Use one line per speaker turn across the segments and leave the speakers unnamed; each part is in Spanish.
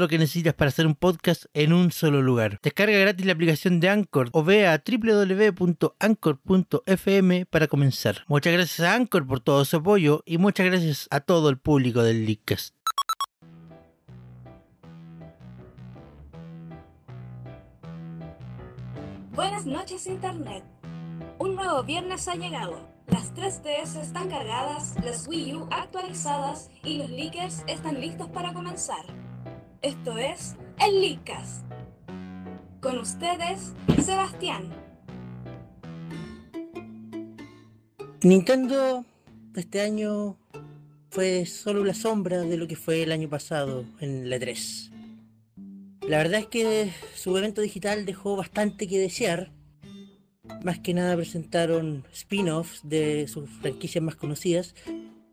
lo que necesitas para hacer un podcast en un solo lugar. Descarga gratis la aplicación de Anchor o ve a www.anchor.fm para comenzar. Muchas gracias a Anchor por todo su apoyo y muchas gracias a todo el público del Leadcast.
Buenas noches Internet. Un nuevo viernes ha llegado. Las 3DS están cargadas, las Wii U actualizadas y los leakers están listos para comenzar. Esto es el Leakcast. Con ustedes, Sebastián.
Nintendo este año fue solo la sombra de lo que fue el año pasado en la 3. La verdad es que su evento digital dejó bastante que desear. Más que nada presentaron spin-offs de sus franquicias más conocidas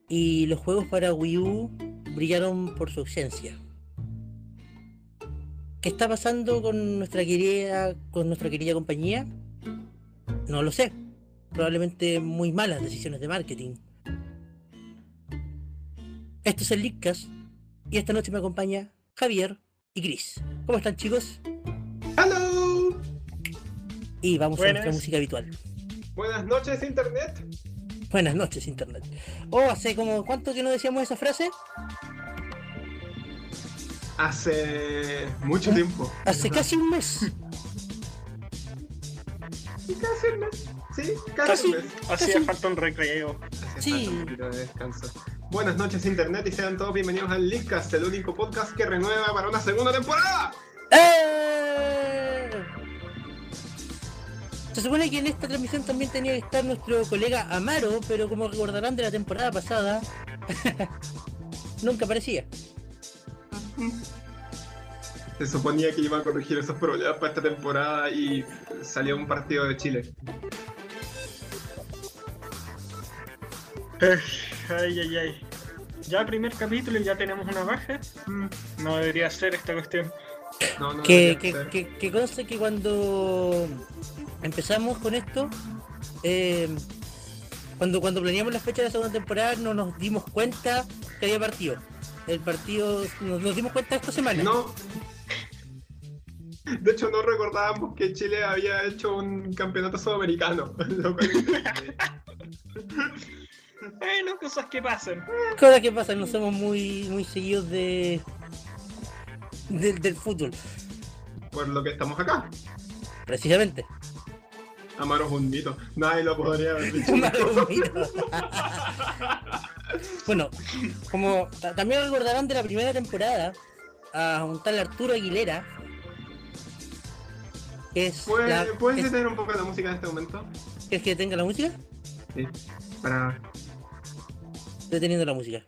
y los juegos para Wii U brillaron por su ausencia. ¿Qué está pasando con nuestra querida, con nuestra querida compañía? No lo sé. Probablemente muy malas decisiones de marketing. Esto es el Leadcast y esta noche me acompaña Javier y Gris. ¿Cómo están chicos?
¡Hello!
Y vamos a nuestra
Buenas.
música habitual.
Buenas noches, Internet.
Buenas noches, Internet. Oh, hace como cuánto que no decíamos esa frase?
Hace mucho
¿Eh?
tiempo.
Hace casi un mes.
Sí, casi un mes. Sí, casi,
Casi.
un mes.
Hacía falta un recreo.
Hace
Sí.
falta un poquito de descanso. Buenas noches, Internet, y sean todos bienvenidos al Leadcast, el único podcast que renueva para una segunda temporada.
¡Eh! Se supone que en esta transmisión también tenía que estar nuestro colega Amaro, pero como recordarán de la temporada pasada, nunca aparecía.
Se suponía que iba a corregir esos problemas para esta temporada y salió un partido de Chile.
Eh, Ay, ay, ay. Ya primer capítulo y ya tenemos una baja. Mm, No debería ser esta cuestión.
No, no,
Que,
debería
que,
ser.
que, que conste que cuando empezamos con esto, eh, cuando, cuando planeamos la fecha de la segunda temporada, no nos dimos cuenta que había partido. El partido, nos, nos dimos cuenta esta semana.
No. De hecho, no recordábamos que Chile había hecho un campeonato sudamericano. lo cual-
Bueno, cosas que pasan.
Cosas que pasan, no somos muy, muy seguidos de, del- del fútbol,
por lo que estamos acá.
precisamente.
Amaro es un mito. Nadie lo podría haber dicho.
bueno, como ta- también recordarán de la primera temporada, a un tal Arturo Aguilera, que es,
¿Puedes,
la,
¿puedes
es-
detener un poco la música en este momento?
¿quieres que tenga la música?
Sí. Para.
Deteniendo la música.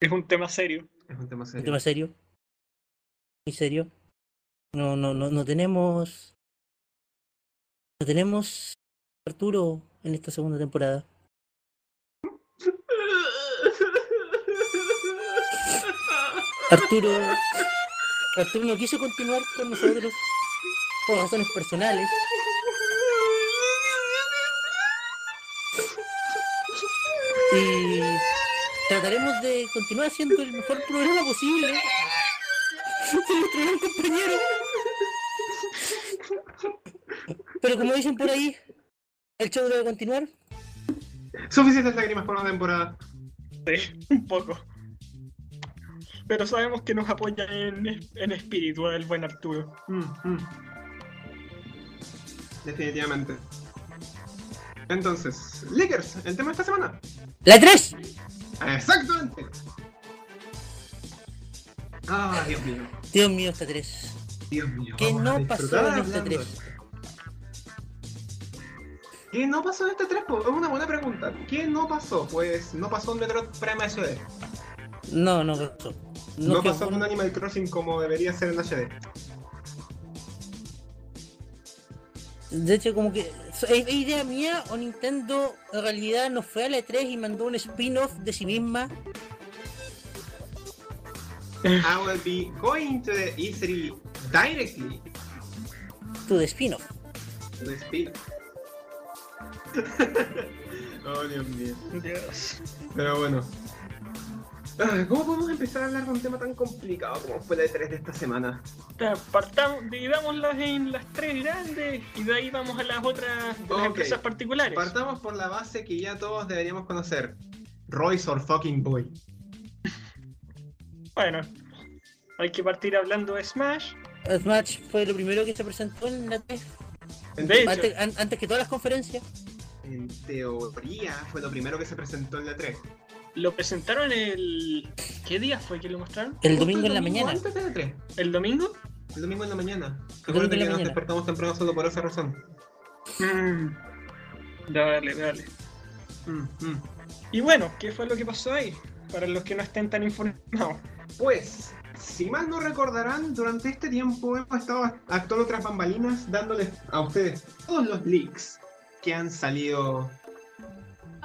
Es un tema serio.
Es un tema serio.
Un tema serio. Muy serio. No, no, no, no tenemos. No tenemos Arturo en esta segunda temporada. Arturo. Arturo no quiso continuar con nosotros por razones personales. Y trataremos de continuar haciendo el mejor programa posible. Con nuestro gran compañero. Pero como dicen por ahí, el show debe continuar.
Suficientes lágrimas por una temporada.
Sí, un poco. Pero sabemos que nos apoya en, en espíritu el buen Arturo.
Mm, mm. Definitivamente. Entonces, Lakers, el tema de esta semana.
La 3.
Exactamente. Ah, Dios mío.
Dios mío, esta 3.
Dios mío.
¿Qué
vamos a
no pasó este
disfrutar
en esta
hablando.
3?
¿Qué no pasó en este 3? Es una buena pregunta. ¿Qué no pasó? Pues no pasó en Metroid Prime HD.
No, no pasó.
No,
quedó
pasó
con-
en Animal Crossing como debería ser en HD.
De hecho, como que. ¿Es idea mía o Nintendo en realidad no fue a la E3 y mandó un spin-off de sí misma?
I will be going to the E3 directly.
Tu spin-off.
to the speed. oh, Dios mío.
Dios.
Pero bueno. Ah, ¿Cómo podemos empezar a hablar de un tema tan complicado como fue la E3 de esta semana?
Ya, Partamos, dividámoslas en las tres grandes y de ahí vamos a las otras de las
Ok.
empresas particulares.
Partamos por la base que ya todos deberíamos conocer. Royce or fucking boy.
Bueno, hay que partir hablando de Smash.
Smash fue lo primero que se presentó en la E3.
De hecho,
Antes, an- antes que todas las conferencias.
En teoría fue lo primero que se presentó en la E E3.
lo presentaron el. ¿Qué día fue que lo mostraron?
El
Justo
domingo en la mañana.
Antes de la E3.
¿El domingo?
El domingo en la mañana.
domingo en
Recuerda
la
que nos
mañana.
despertamos temprano solo por esa razón.
Dale, dale.
Mm, mm.
Y bueno, ¿qué fue lo que pasó ahí? Para los que no estén tan informados.
Pues, si mal no recordarán, durante este tiempo hemos estado actuando tras bambalinas dándoles a ustedes todos los leaks que han salido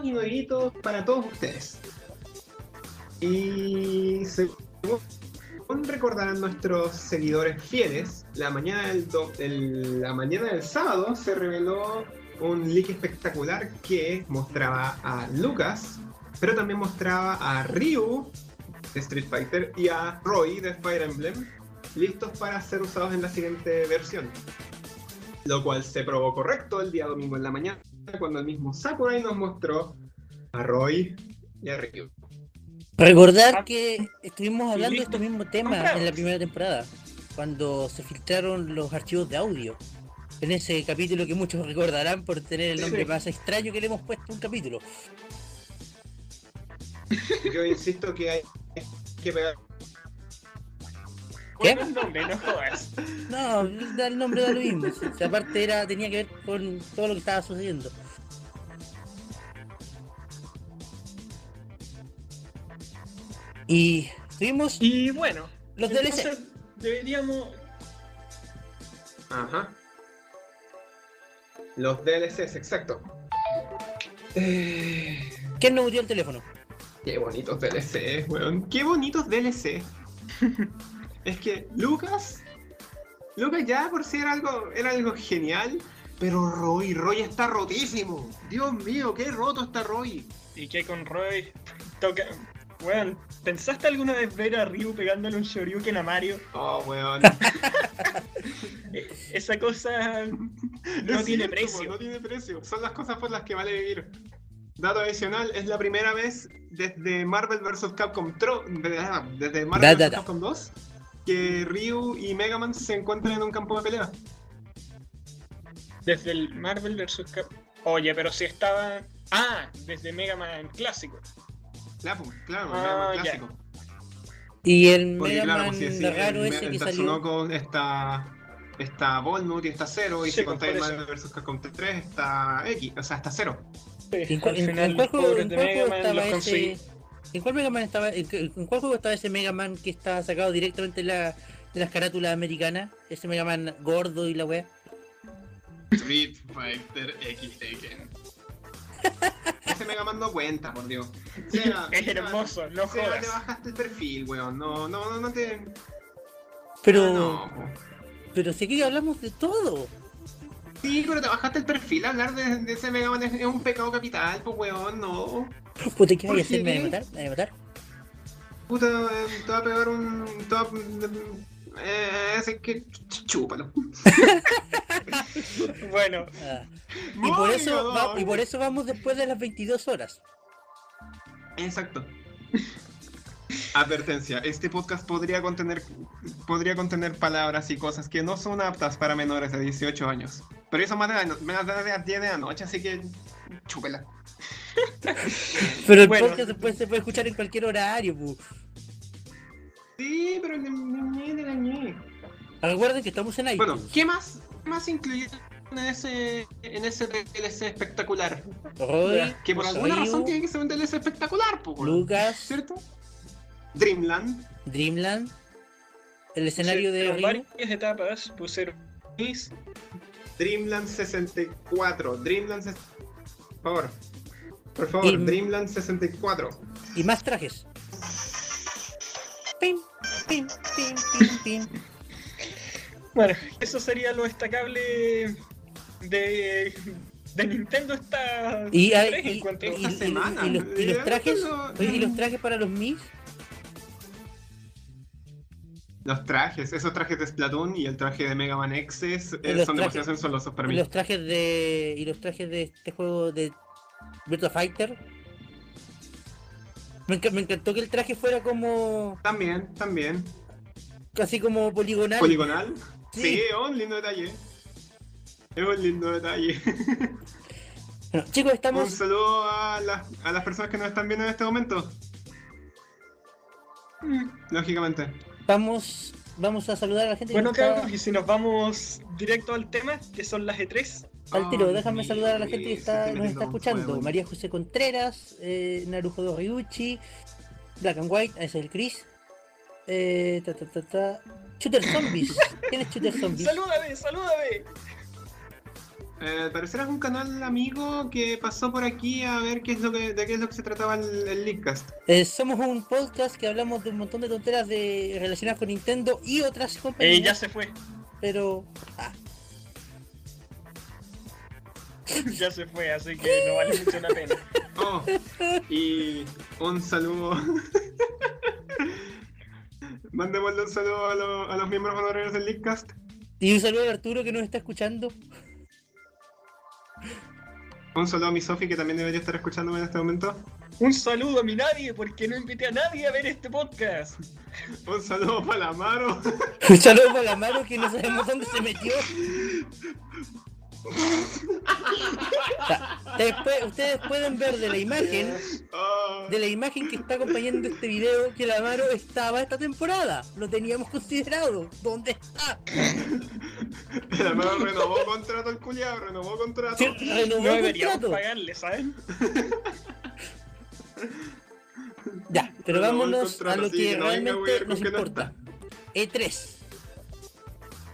y nuevitos para todos ustedes. Y según recordarán nuestros seguidores fieles, la mañana del, do- el- la mañana del sábado se reveló un leak espectacular que mostraba a Lucas, pero también mostraba a Ryu de Street Fighter y a Roy de Fire Emblem listos para ser usados en la siguiente versión. Lo cual se probó correcto el día domingo en la mañana cuando el mismo Sakurai nos mostró a Roy y a Ryu. Ah,
Recordar que estuvimos hablando de
listo.
este mismo tema
Comprados.
en la primera temporada, cuando se filtraron los archivos de audio. En ese capítulo que muchos recordarán por tener el nombre
Sí.
más extraño que le hemos puesto a un capítulo.
Yo insisto que hay que pegar.
¿Qué?
Bueno, hombre, no jodas.
No, da el nombre da lo mismo. Si- si aparte era, tenía que ver con todo lo que estaba sucediendo. Y tuvimos
Y bueno,
los DLC.
entonces deberíamos.
Ajá. Los DLCs, exacto. Eh,
¿Quién nos murió el teléfono?
Qué bonitos DLCs, weón. Qué bonitos DLC. es que Lucas. Lucas ya por si era algo, era algo genial. Pero Roy, Roy está rotísimo. Dios mío, qué roto está Roy.
¿Y qué con Roy? Toca. Bueno, ¿pensaste alguna vez ver a Ryu pegándole un Shoryuken a Mario?
Oh, weón.
Eh, Esa cosa no
Es
tiene
cierto, po,
precio.
No tiene precio. Son las cosas por las que vale vivir. Dato adicional, es la primera vez desde Marvel vs. Capcom Tro- desde
Da,
Marvel
da,
vs.
da.
Capcom 2 que Ryu y Mega Man se encuentran en un campo de pelea.
Desde el Marvel vs. Cap. Oye, pero si estaba. Ah, desde Mega Man clásico.
La pu- claro, el
Ah,
Mega Man
ya.
clásico.
Y el
Porque
Mega
claro,
Man
pues si decís,
raro
el,
ese
el
que salió.
Tatsunoko está, está Volnut y está Zero, y
Sí,
si
pues,
contáis
por
Marvel vs. Capcom 3 está X, o sea, está Zero.
¿En cuál, en- en cuál
los
juego,
pobres
en
de
cuál
Mega
juego
Man
estaba
los
ese?
conseguí.
¿En cuál Mega Man estaba? en qué- en cuál juego estaba ese Mega Man que está sacado directamente de la- de las carátulas americanas? Ese Mega Man gordo y la wea.
Street Fighter X Taken. Ese Mega Man no cuenta, por Dios. Sega,
Es
Sega,
hermoso, no
Sega,
jodas.
te bajaste el perfil, weón. No, no, no, no te. Ah,
Pero.
No, po.
Pero si aquí hablamos de todo.
Sí, pero te bajaste el perfil. Hablar de, de ese Mega Man es, es un pecado capital, pues, weón, no.
Puta, ¿qué
¿Por
voy a hacer?
qué?
¿Me voy a matar? ¿Me voy a matar?
Puta, eh, te va a pegar un. Te va a- Eh, así que. ch- Chúpalo.
Bueno,
Ah, Y, por eso va- y por eso vamos después de las 22 horas.
Exacto. Advertencia, este podcast podría contener, podría contener palabras y cosas que no son aptas para menores de 18 años. Pero eso más de, la no- menos de las 10 de la noche, así que chúpela.
Pero el
Bueno.
podcast después se puede escuchar en cualquier horario. pu.
Sí, pero ni- ni- ni de la ñe.
Recuerden que estamos en iTunes.
Bueno, ¿qué más, qué más incluye en ese, en ese DLC espectacular.
Hoy,
Que por
pues,
alguna
Wii
razón
U,
tiene que ser un DLC espectacular, po, weón.
Lucas,
¿cierto? Dreamland.
Dreamland, el escenario de
Pusieron
Ring,
varias etapas, pues, pusieron mis
Dreamland 64. Dreamland. ses- Por favor. Por favor,
Y-
Dreamland 64.
y más trajes. Pim, pim, pim, pim, pim.
Bueno, eso sería lo destacable de, de Nintendo esta E
Y, hay-
tres
y,
en cuanto-
y-
esta
y- y
semana.
los, y los trajes, oye, y los trajes para los Mis,
Los trajes, esos trajes de Splatoon y el traje de Mega Man X es- eh,
los
son demasiado
trajes-
sensualosos para
y
mí.
los trajes de y los trajes de este juego de Virtua Fighter. Me, enca- me encantó que el traje fuera como
También, también.
casi como poligonal.
Poligonal.
Sí.
Sí, es un lindo detalle. Es un lindo detalle.
Bueno, chicos,
Un
estamos
saludo a las, a las personas que nos están viendo en este momento. Mm, Lógicamente.
vamos vamos a saludar a la gente
Bueno,
que está
cabros, y si nos vamos directo al tema, que son las E E3,
al tiro.
Ay,
Déjame saludar a la gente que
se
está,
estoy
nos está
metiendo
escuchando.
fuego.
María José Contreras, eh, Narujo dos Ryuchi, Black and White, ese es el Chris. Eh, ta, ta, ta, ta. Shooter Zombies. ¿Quién es Shooter Zombies?
¡salúdame, salúdame!
Eh, al parecer es un canal amigo que pasó por aquí a ver qué es lo que, de qué es lo que se trataba el, el Leadcast.
Eh, somos un podcast que hablamos de un montón de tonteras de, relacionadas con Nintendo y otras compañías.
Eh, ya se fue,
Pero. ah,
ya se fue, así que no vale mucho la pena.
Oh, y un saludo. Mandémosle un saludo a, lo- a los miembros honorarios del Leadcast.
Y un saludo a Arturo que nos está escuchando.
Un saludo a mi Sofi que también debería estar escuchándome en este momento.
Un saludo a mi nadie, porque no invité a nadie a ver este podcast.
Un saludo para la Maro.
Un saludo para la mano que no sabemos dónde se metió. O sea, después- ustedes pueden ver de la imagen,
Oh,
de la imagen que está acompañando este video, que la mano estaba esta temporada. Lo teníamos considerado. ¿Dónde está?
la Maro renovó contrato el culiao, renovó contrato.
Se
No
renovó el
deberíamos
contrato.
pagarle, ¿saben?
Ya, pero
Renovó el
vámonos a
contrato,
lo
sí,
que
que no venga a
realmente
huear con
nos
que no
importa. E E3.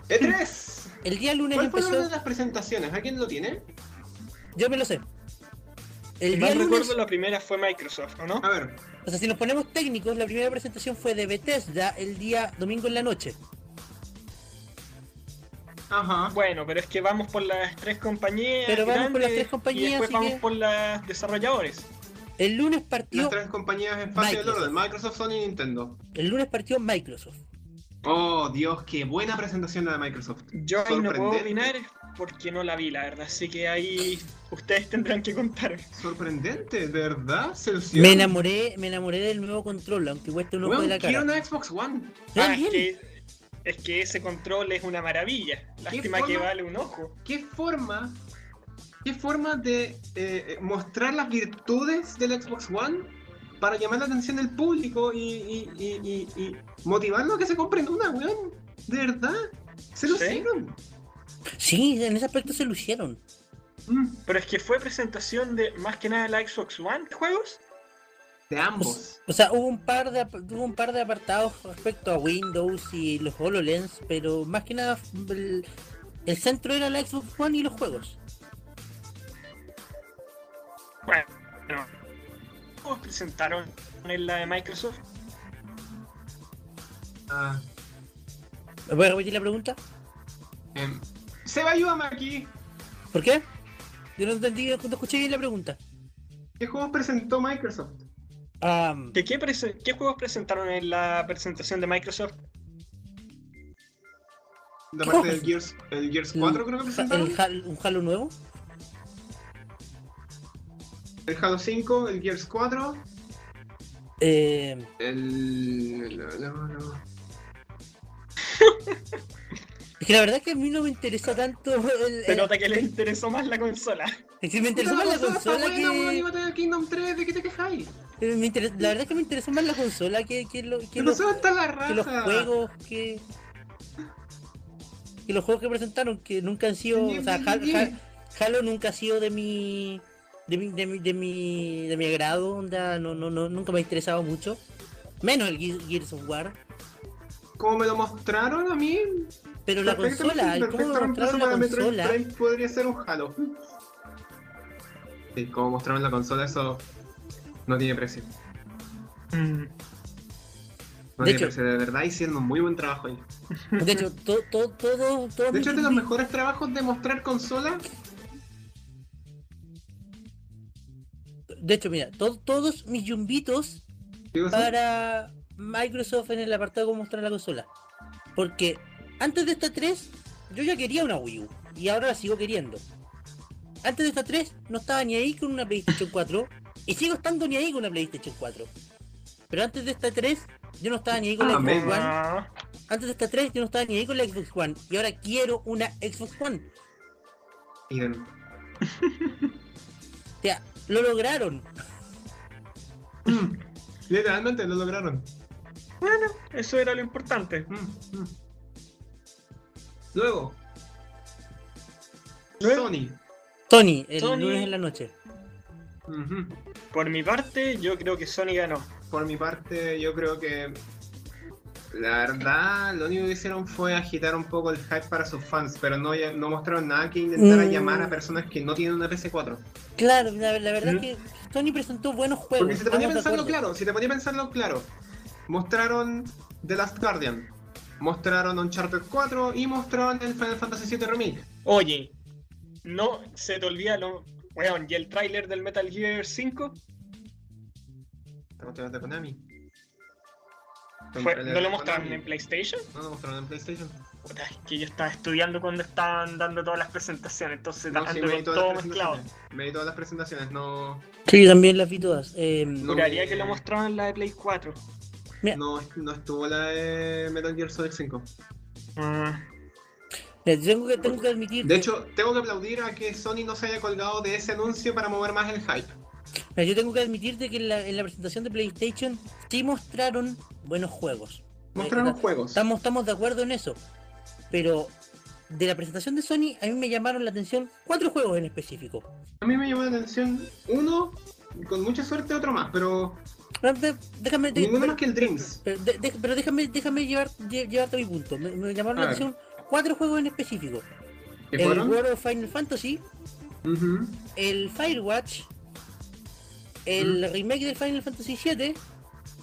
E3.
El día lunes
E ¿Cuál fue una de
empezó.
las presentaciones? ¿A quién lo tiene?
Yo me lo sé. El
Si
día
mal
lunes, Ah.
recuerdo, la primera fue Microsoft, ¿o no?
A ver,
o sea, si nos ponemos técnicos, la primera presentación fue de Bethesda el día domingo en la noche.
ajá.
Bueno, pero es que vamos por las tres compañías.
Pero vamos por las
grandes,
tres compañías,
Y después
así
vamos
que-
por las desarrolladores.
El lunes
Las
partió,
tres compañías en espacio del
Microsoft.
orden, Microsoft, Sony y Nintendo.
el lunes partió Microsoft.
Oh, Dios, qué buena presentación la de Microsoft.
Yo ahí no puedo opinar
Sorprendente.
porque no la vi, la verdad. Así que ahí ustedes tendrán que contar.
Sorprendente, ¿de verdad? ¿Se lucieron?
Me enamoré, me enamoré del nuevo control, aunque cueste un ojo
Weón,
de la
quiero
cara.
una Xbox One.
Ah,
Bien, bien.
es, que, es que ese control es una maravilla. Lástima que
forma?
vale un ojo.
¿Qué forma? ¿Qué forma de eh, eh, mostrar las virtudes del Xbox One para llamar la atención del público y, y, y, y- y motivarlo a que se compren una, weón? ¿De verdad? ¿Se
Sí.
lucieron?
Sí, en ese aspecto se lucieron.
Mm,
Pero es que fue presentación de más que nada la Xbox One de juegos.
de ambos.
O sea, hubo un par de ap- hubo un par de apartados respecto a Windows y los HoloLens, pero más que nada el, el centro era la Xbox One y los juegos.
Bueno, juegos presentaron en la de Microsoft.
Ah,
¿Me ¿Voy a repetir la pregunta?
em, Seba, ayúdame aquí.
¿Por qué? Yo no entendí, no escuché bien la pregunta.
¿Qué juegos presentó Microsoft?
Am,
¿De qué, prese- qué juegos presentaron en la presentación de Microsoft?
De
¿Qué
parte
juegos?
del Gears, el Gears 4 creo que
el
presentaron.
Halo- ¿Un Halo nuevo?
El Halo 5, el Gears 4,
Eh,
el... No, no, no.
es que la verdad es que a mí no me interesa tanto el...
Se
el-
nota que les interesó más la consola.
es que me interesó
Puta,
más la
consola
consola
está buena, weón,
que...
iba a tener Kingdom 3, ¿de qué te quejáis?
eh, me interes- la verdad es que me interesó más la consola que, que, lo- que
Que
los,
no está la
que los
raja.
juegos que... Y los juegos que presentaron, que nunca han sido. O sea, Hal- Hal- Halo nunca ha sido de mi. De mi, de mi, de mi, de mi agrado, onda, no, no, no, nunca me ha interesado mucho. Menos el Ge- Gears of War.
Como me lo mostraron a mí,
Pero la
perfectamente-
consola, el cómo
perfecto reemplazo
mostraron la
para Metroid
consola.
Prime podría ser un Halo. Sí, como mostraron la consola, eso no tiene precio.
Mm.
No
De
tiene
hecho-
precio, de verdad hicieron un muy buen trabajo ahí.
De hecho, todo, todo, todo, todo
De hecho, es de los mejores trabajos de mostrar consola.
De hecho, mira, to- todos mis yumbitos
Digo, sí,
para Microsoft en el apartado como mostrar la consola. Porque antes de esta 3, yo ya quería una Wii U. Y ahora la sigo queriendo. Antes de esta 3, no estaba ni ahí con una PlayStation 4. Y sigo estando ni ahí con una PlayStation 4. Pero antes de esta 3, yo no estaba ni ahí con la
Amén.
Xbox One.
Ah,
Antes de esta 3, yo no estaba ni ahí con la Xbox One. Y ahora quiero una Xbox One.
miren,
O sea, lo lograron.
mm, Literalmente lo lograron.
eso era lo importante.
Mm, mm. Luego,
Luego-
Sony.
Tony, el
Tony.
lunes en la noche.
Ujú.
Por mi parte, yo creo que Sony ganó.
Por mi parte, yo creo que la verdad, lo único que hicieron fue agitar un poco el hype para sus fans, pero no, no mostraron nada que intentara
Mm.
llamar a personas que no tienen una PC4.
Claro, la, la verdad
¿Mm?
que Tony presentó buenos juegos.
Porque si te ponía a
estamos de
pensarlo
acuerdo.
claro, si te ponía a pensarlo claro, mostraron The Last Guardian, mostraron Uncharted 4 y mostraron el Final Fantasy VII Remake.
Oye, no se te olvida lo. Weón, y el tráiler del Metal Gear 5
Esta cuestión es de Konami.
Fue- no lo
Konami.
mostraron en PlayStation.
No lo mostraron en PlayStation.
Puta, es que yo estaba estudiando cuando estaban dando todas las presentaciones, entonces
No, sí,
ando
me
con
vi todas las
Ah, todo mezclado.
presentaciones. Me vi todas las presentaciones, no...
Sí, yo también las vi todas. Eh,
No.
Juraría que lo mostraron en la de Play 4.
No, no estuvo la de Metal Gear Solid 5.
Ah,
mira, tengo, que, tengo que admitir.
De
que-
hecho, tengo que aplaudir a que Sony no se haya colgado de ese anuncio para mover más el hype.
mira, yo tengo que admitirte que en la, en la presentación de PlayStation sí mostraron buenos juegos.
Mostraron
Eh,
juegos.
Estamos, estamos de acuerdo en eso. Pero de la presentación de Sony, a mí me llamaron la atención cuatro juegos en específico.
A mí me llamó la atención uno, y con mucha suerte otro más, pero
Pero de- Déjame. de-
ninguno
pero-
más que el Dreams.
Pero, de- de- pero déjame, déjame llevar, lle- llevarte a mi punto. Me, me llamaron
A
la
ver.
atención cuatro juegos en específico:
¿Y
el
fueron?
World of Final Fantasy,
Ujú.
el Firewatch, el
Mm.
remake de Final Fantasy VII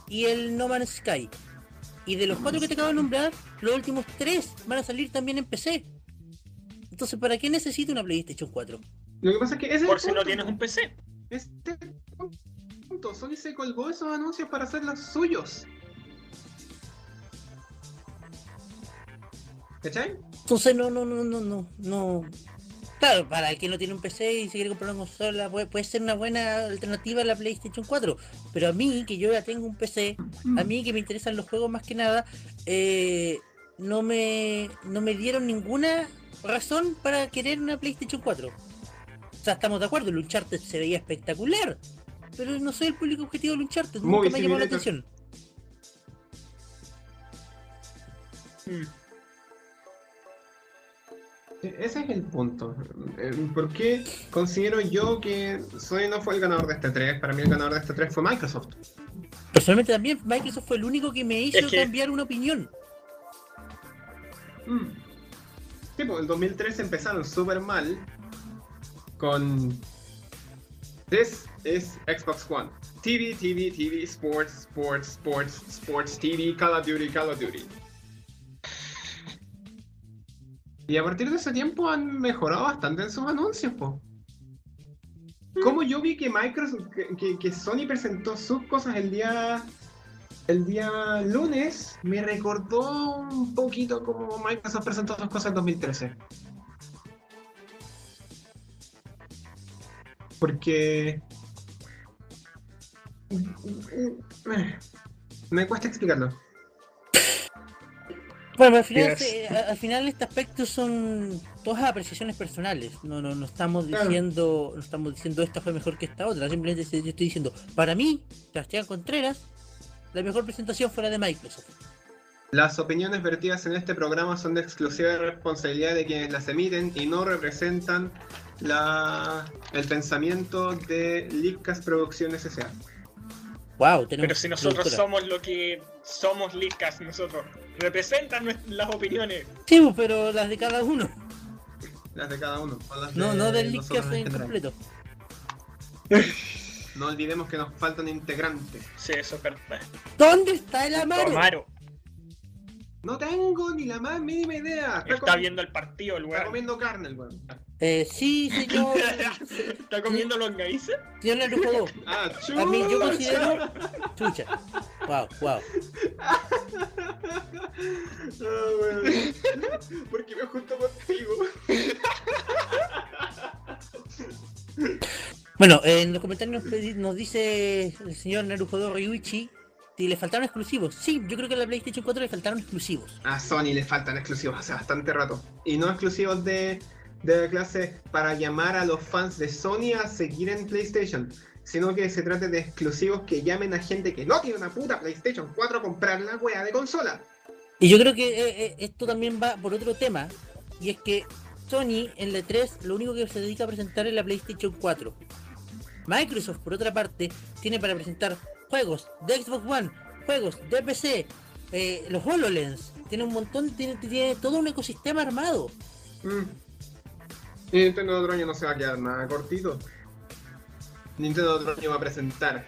y el No Man's Sky. Y de los cuatro que te acabo de nombrar, los últimos tres van a salir también en PC. Entonces, ¿para qué necesito una PlayStation 4?
Lo que pasa es que ese
Por
es
si
el
no
punto.
tienes un PC.
Este es el punto. Sony se colgó esos anuncios para hacer los suyos. ¿Cachai?
Entonces, no, no, no, no, no, no. Claro, para el que no tiene un PC y se quiere comprar una consola, puede, puede ser una buena alternativa a la PlayStation 4. Pero a mí, que yo ya tengo un PC, a mí que me interesan los juegos más que nada, eh, no, me, no me dieron ninguna razón para querer una PlayStation 4. O sea, estamos de acuerdo, el Uncharted se veía espectacular, pero no soy el público objetivo del Uncharted, nunca
Movie
me llamó la
Simulator.
atención.
Mm.
Ese es el punto. Eh, ¿Por qué considero yo que Sony no fue el ganador de este 3? Para mí el ganador de este 3 fue Microsoft.
Personalmente también, Microsoft fue el único que me hizo
Es que-
cambiar una opinión.
Mm. Sí, pues el 2013 empezaron súper mal con... This is Xbox One. TV, TV, TV, Sports, Sports, Sports, Sports, TV, Call of Duty, Call of Duty. Y a partir de ese tiempo han mejorado bastante en sus anuncios, po. Como yo vi que Microsoft, que, que- que Sony presentó sus cosas el día el día lunes, me recordó un poquito como Microsoft presentó sus cosas en 2013. Porque me cuesta explicarlo.
Bueno, pero al final,
Yes.
se- a- al final este aspecto son todas apreciaciones personales. No, no, no estamos
Claro.
diciendo, no estamos diciendo esta fue mejor que esta otra. Simplemente se- yo estoy diciendo, para mí, Sebastián Contreras, la mejor presentación fue la de Microsoft.
Las opiniones vertidas en este programa son de exclusiva responsabilidad de quienes las emiten y no representan la, el pensamiento de Lickas Producciones S.A.
Wow, tenemos
Pero si nosotros
productora.
somos lo que somos licas, nosotros representan nues- las opiniones.
Sí, pues, pero las de cada uno.
Las de cada uno. o las
No,
de
no del
nosotros
Lickers
en general.
incompleto.
No olvidemos que nos faltan integrantes.
Sí, eso es verdad.
¿Dónde está el Amaro?
Amaro
No tengo ni la más mínima idea. Está,
está
comi-
viendo el partido, el
está
weón.
comiendo carne el weón.
Eh, sí, señor.
¿Está comiendo longaniza?
Señor Narujodo.
Ah,
A mí yo
chucha.
considero. Chucha. Wow, wow.
Ah, weón. Porque me junto contigo.
Bueno, eh, en los comentarios nos, pedi- nos dice el señor Narujodo Ryuichi si le faltaron exclusivos. Sí, yo creo que a la PlayStation 4 le faltaron exclusivos.
A Sony le faltan exclusivos hace bastante rato. Y no exclusivos de, de la clase para llamar a los fans de Sony a seguir en PlayStation. Sino que se trate de exclusivos que llamen a gente que no tiene una puta PlayStation 4 a comprar la wea de consola.
Y yo creo que eh, eh, esto también va por otro tema. Y es que Sony en la 3 lo único que se dedica a presentar es la PlayStation 4. Microsoft, por otra parte, tiene para presentar juegos de Xbox One, juegos de PC, eh, los HoloLens. Tiene un montón, tiene, tiene todo un ecosistema armado.
Mm. Y Nintendo de otro año no se va a quedar nada cortito. Nintendo de otro año va a presentar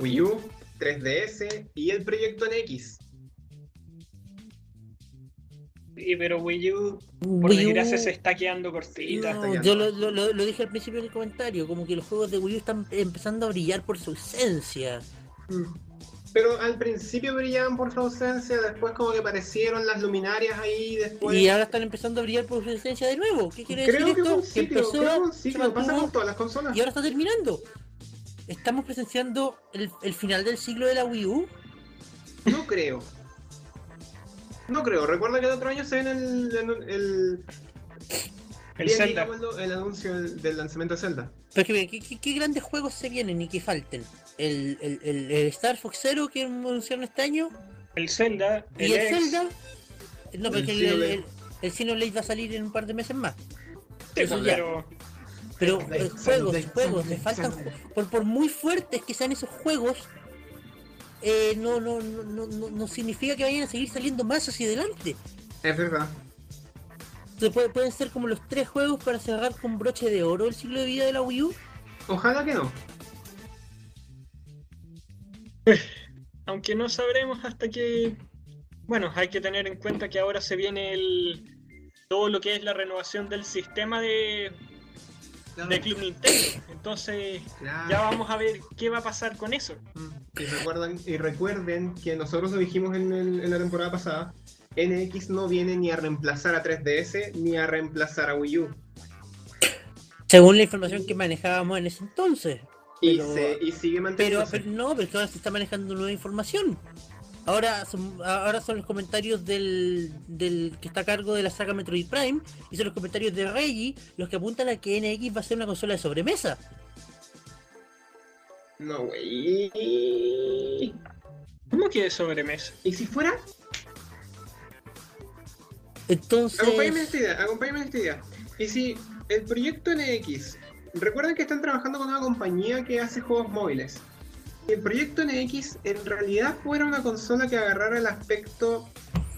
Wii U, 3DS y el proyecto NX.
Sí, pero Wii U, por
Wii U-
desgracia, se está quedando cortita.
No,
ya.
yo lo, lo- lo- lo dije al principio del comentario, como que los juegos de Wii U están empezando a brillar por su esencia.
Mm. Pero al principio brillaban por su ausencia, después como que aparecieron las luminarias ahí, después...
y ahora están empezando a brillar por su esencia de nuevo. ¿Qué quiere decir
Creo que
esto?
fue un ciclo,
empezó,
creo que fue un
se
ciclo, pasa
mantuvo,
con todas las consolas.
y ahora está terminando. Estamos presenciando el, el final del siglo de la Wii U.
No creo. No creo, recuerda que el otro año se ven el, el, el-
El
bien,
Zelda.
digámoslo, el anuncio del, del lanzamiento de Zelda.
Pero que miren, ¿qué, qué- qué grandes juegos se vienen y que falten? El, el- el- el Star Fox Zero que anunciaron este año.
El Zelda.
Y el,
X.
Zelda. No, porque el,
El
el,
Xenoblade.
el- el Xenoblade va a salir en un par de meses más.
Sí,
Eso ya.
pero
Pero
Sangre,
eh,
sangre,
juegos,
sangre,
juegos, le faltan
sangre.
ju- por, por muy fuertes que sean esos juegos, eh, no, no, no, no, no, no significa que vayan a seguir saliendo más hacia adelante.
Es verdad.
Se puede- pueden ser como los tres juegos para cerrar con broche de oro el ciclo de vida de la Wii U.
Ojalá que no.
aunque no sabremos hasta que. Bueno, hay que tener en cuenta que ahora se viene el. Todo lo que es la renovación del sistema de,
Claro.
de Club Nintendo. Entonces,
Claro.
ya vamos a ver qué va a pasar con eso.
Mm. Y, recuerdan, y recuerden que nosotros lo dijimos en, el- en la temporada pasada, NX no viene ni a reemplazar a 3DS ni a reemplazar a Wii U.
Según la información que manejábamos en ese entonces.
Y,
Pero-
se, y sigue
Pero,
manteniendo.
pero no, porque ahora se está manejando nueva información. Ahora son, ahora son los comentarios del, del que está a cargo de la saga Metroid Prime y son los comentarios de Reggie los que apuntan a que NX va a ser una consola de sobremesa.
No, güey.
¿Cómo que de sobremesa?
¿Y si fuera? Acompáñenme en
Entonces,
esta idea, acompáñenme en esta idea. Y si el proyecto NX, recuerden que están trabajando con una compañía que hace juegos móviles. Si El proyecto NX en realidad fuera una consola que agarrara el aspecto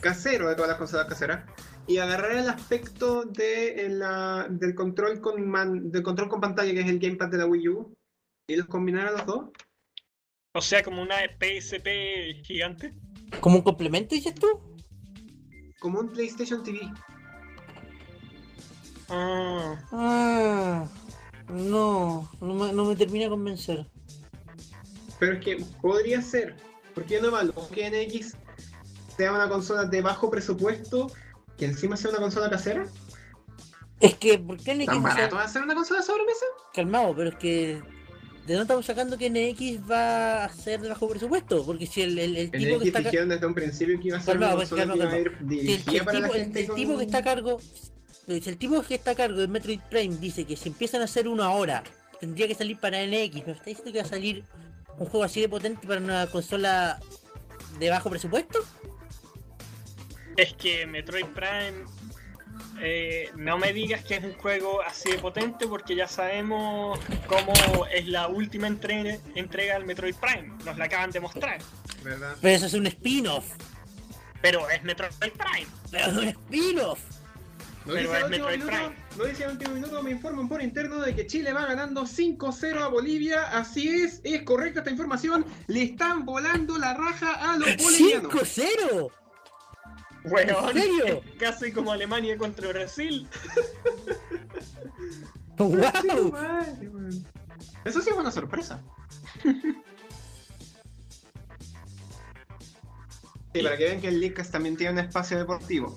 casero de todas las consolas caseras y agarrara el aspecto de la, del control con man- del control con pantalla que es el gamepad de la Wii U y los combinara los dos.
O sea, como una PSP gigante.
como un complemento, dices tú,
Como un PlayStation TV.
Ah,
ah, no, no me, no me termina de convencer.
Pero es que podría ser. ¿Por qué no evaluó que NX sea una consola de bajo presupuesto que encima sea una consola casera?
Es que, ¿por qué NX
¿Tan
va a ser
barato va a ser una consola sobre mesa?
calmado? Pero es que, ¿de dónde estamos sacando que NX va a ser de bajo presupuesto? Porque si el, el- el tipo
NX
que está acá-
dijeron desde un principio que iba a ser
Calma,
una
pues,
consola
calma,
que iba a
calma.
ir
Si el,
dirigida
el
para
tipo,
la
el-
gente
el tipo
con-
que está a cargo si el tipo que está a cargo de Metroid Prime dice que si empiezan a hacer uno ahora tendría que salir para NX me está diciendo que va a salir un juego así de potente para una consola de bajo presupuesto
es que Metroid Prime, eh, no me digas que es un juego así de potente porque ya sabemos cómo es la última entre- entrega del Metroid Prime, nos la acaban de mostrar,
¿verdad?
Pero eso es un spin-off.
pero es Metroid Prime.
Pero es un spin-off.
No
Pero
dice,
es
el último
Metroid
minuto,
Prime.
no dice el último minuto, me informan por interno de que Chile va ganando 5-0 a Bolivia. Así es, es correcta esta información. Le están volando la raja a los bolivianos.
5-0.
Weón,
¿En serio?
es casi como Alemania contra Brasil.
Chico,
Wow.
madre, weón. Eso sí fue una sorpresa. Sí, para que vean que el Lickas también tiene un espacio deportivo.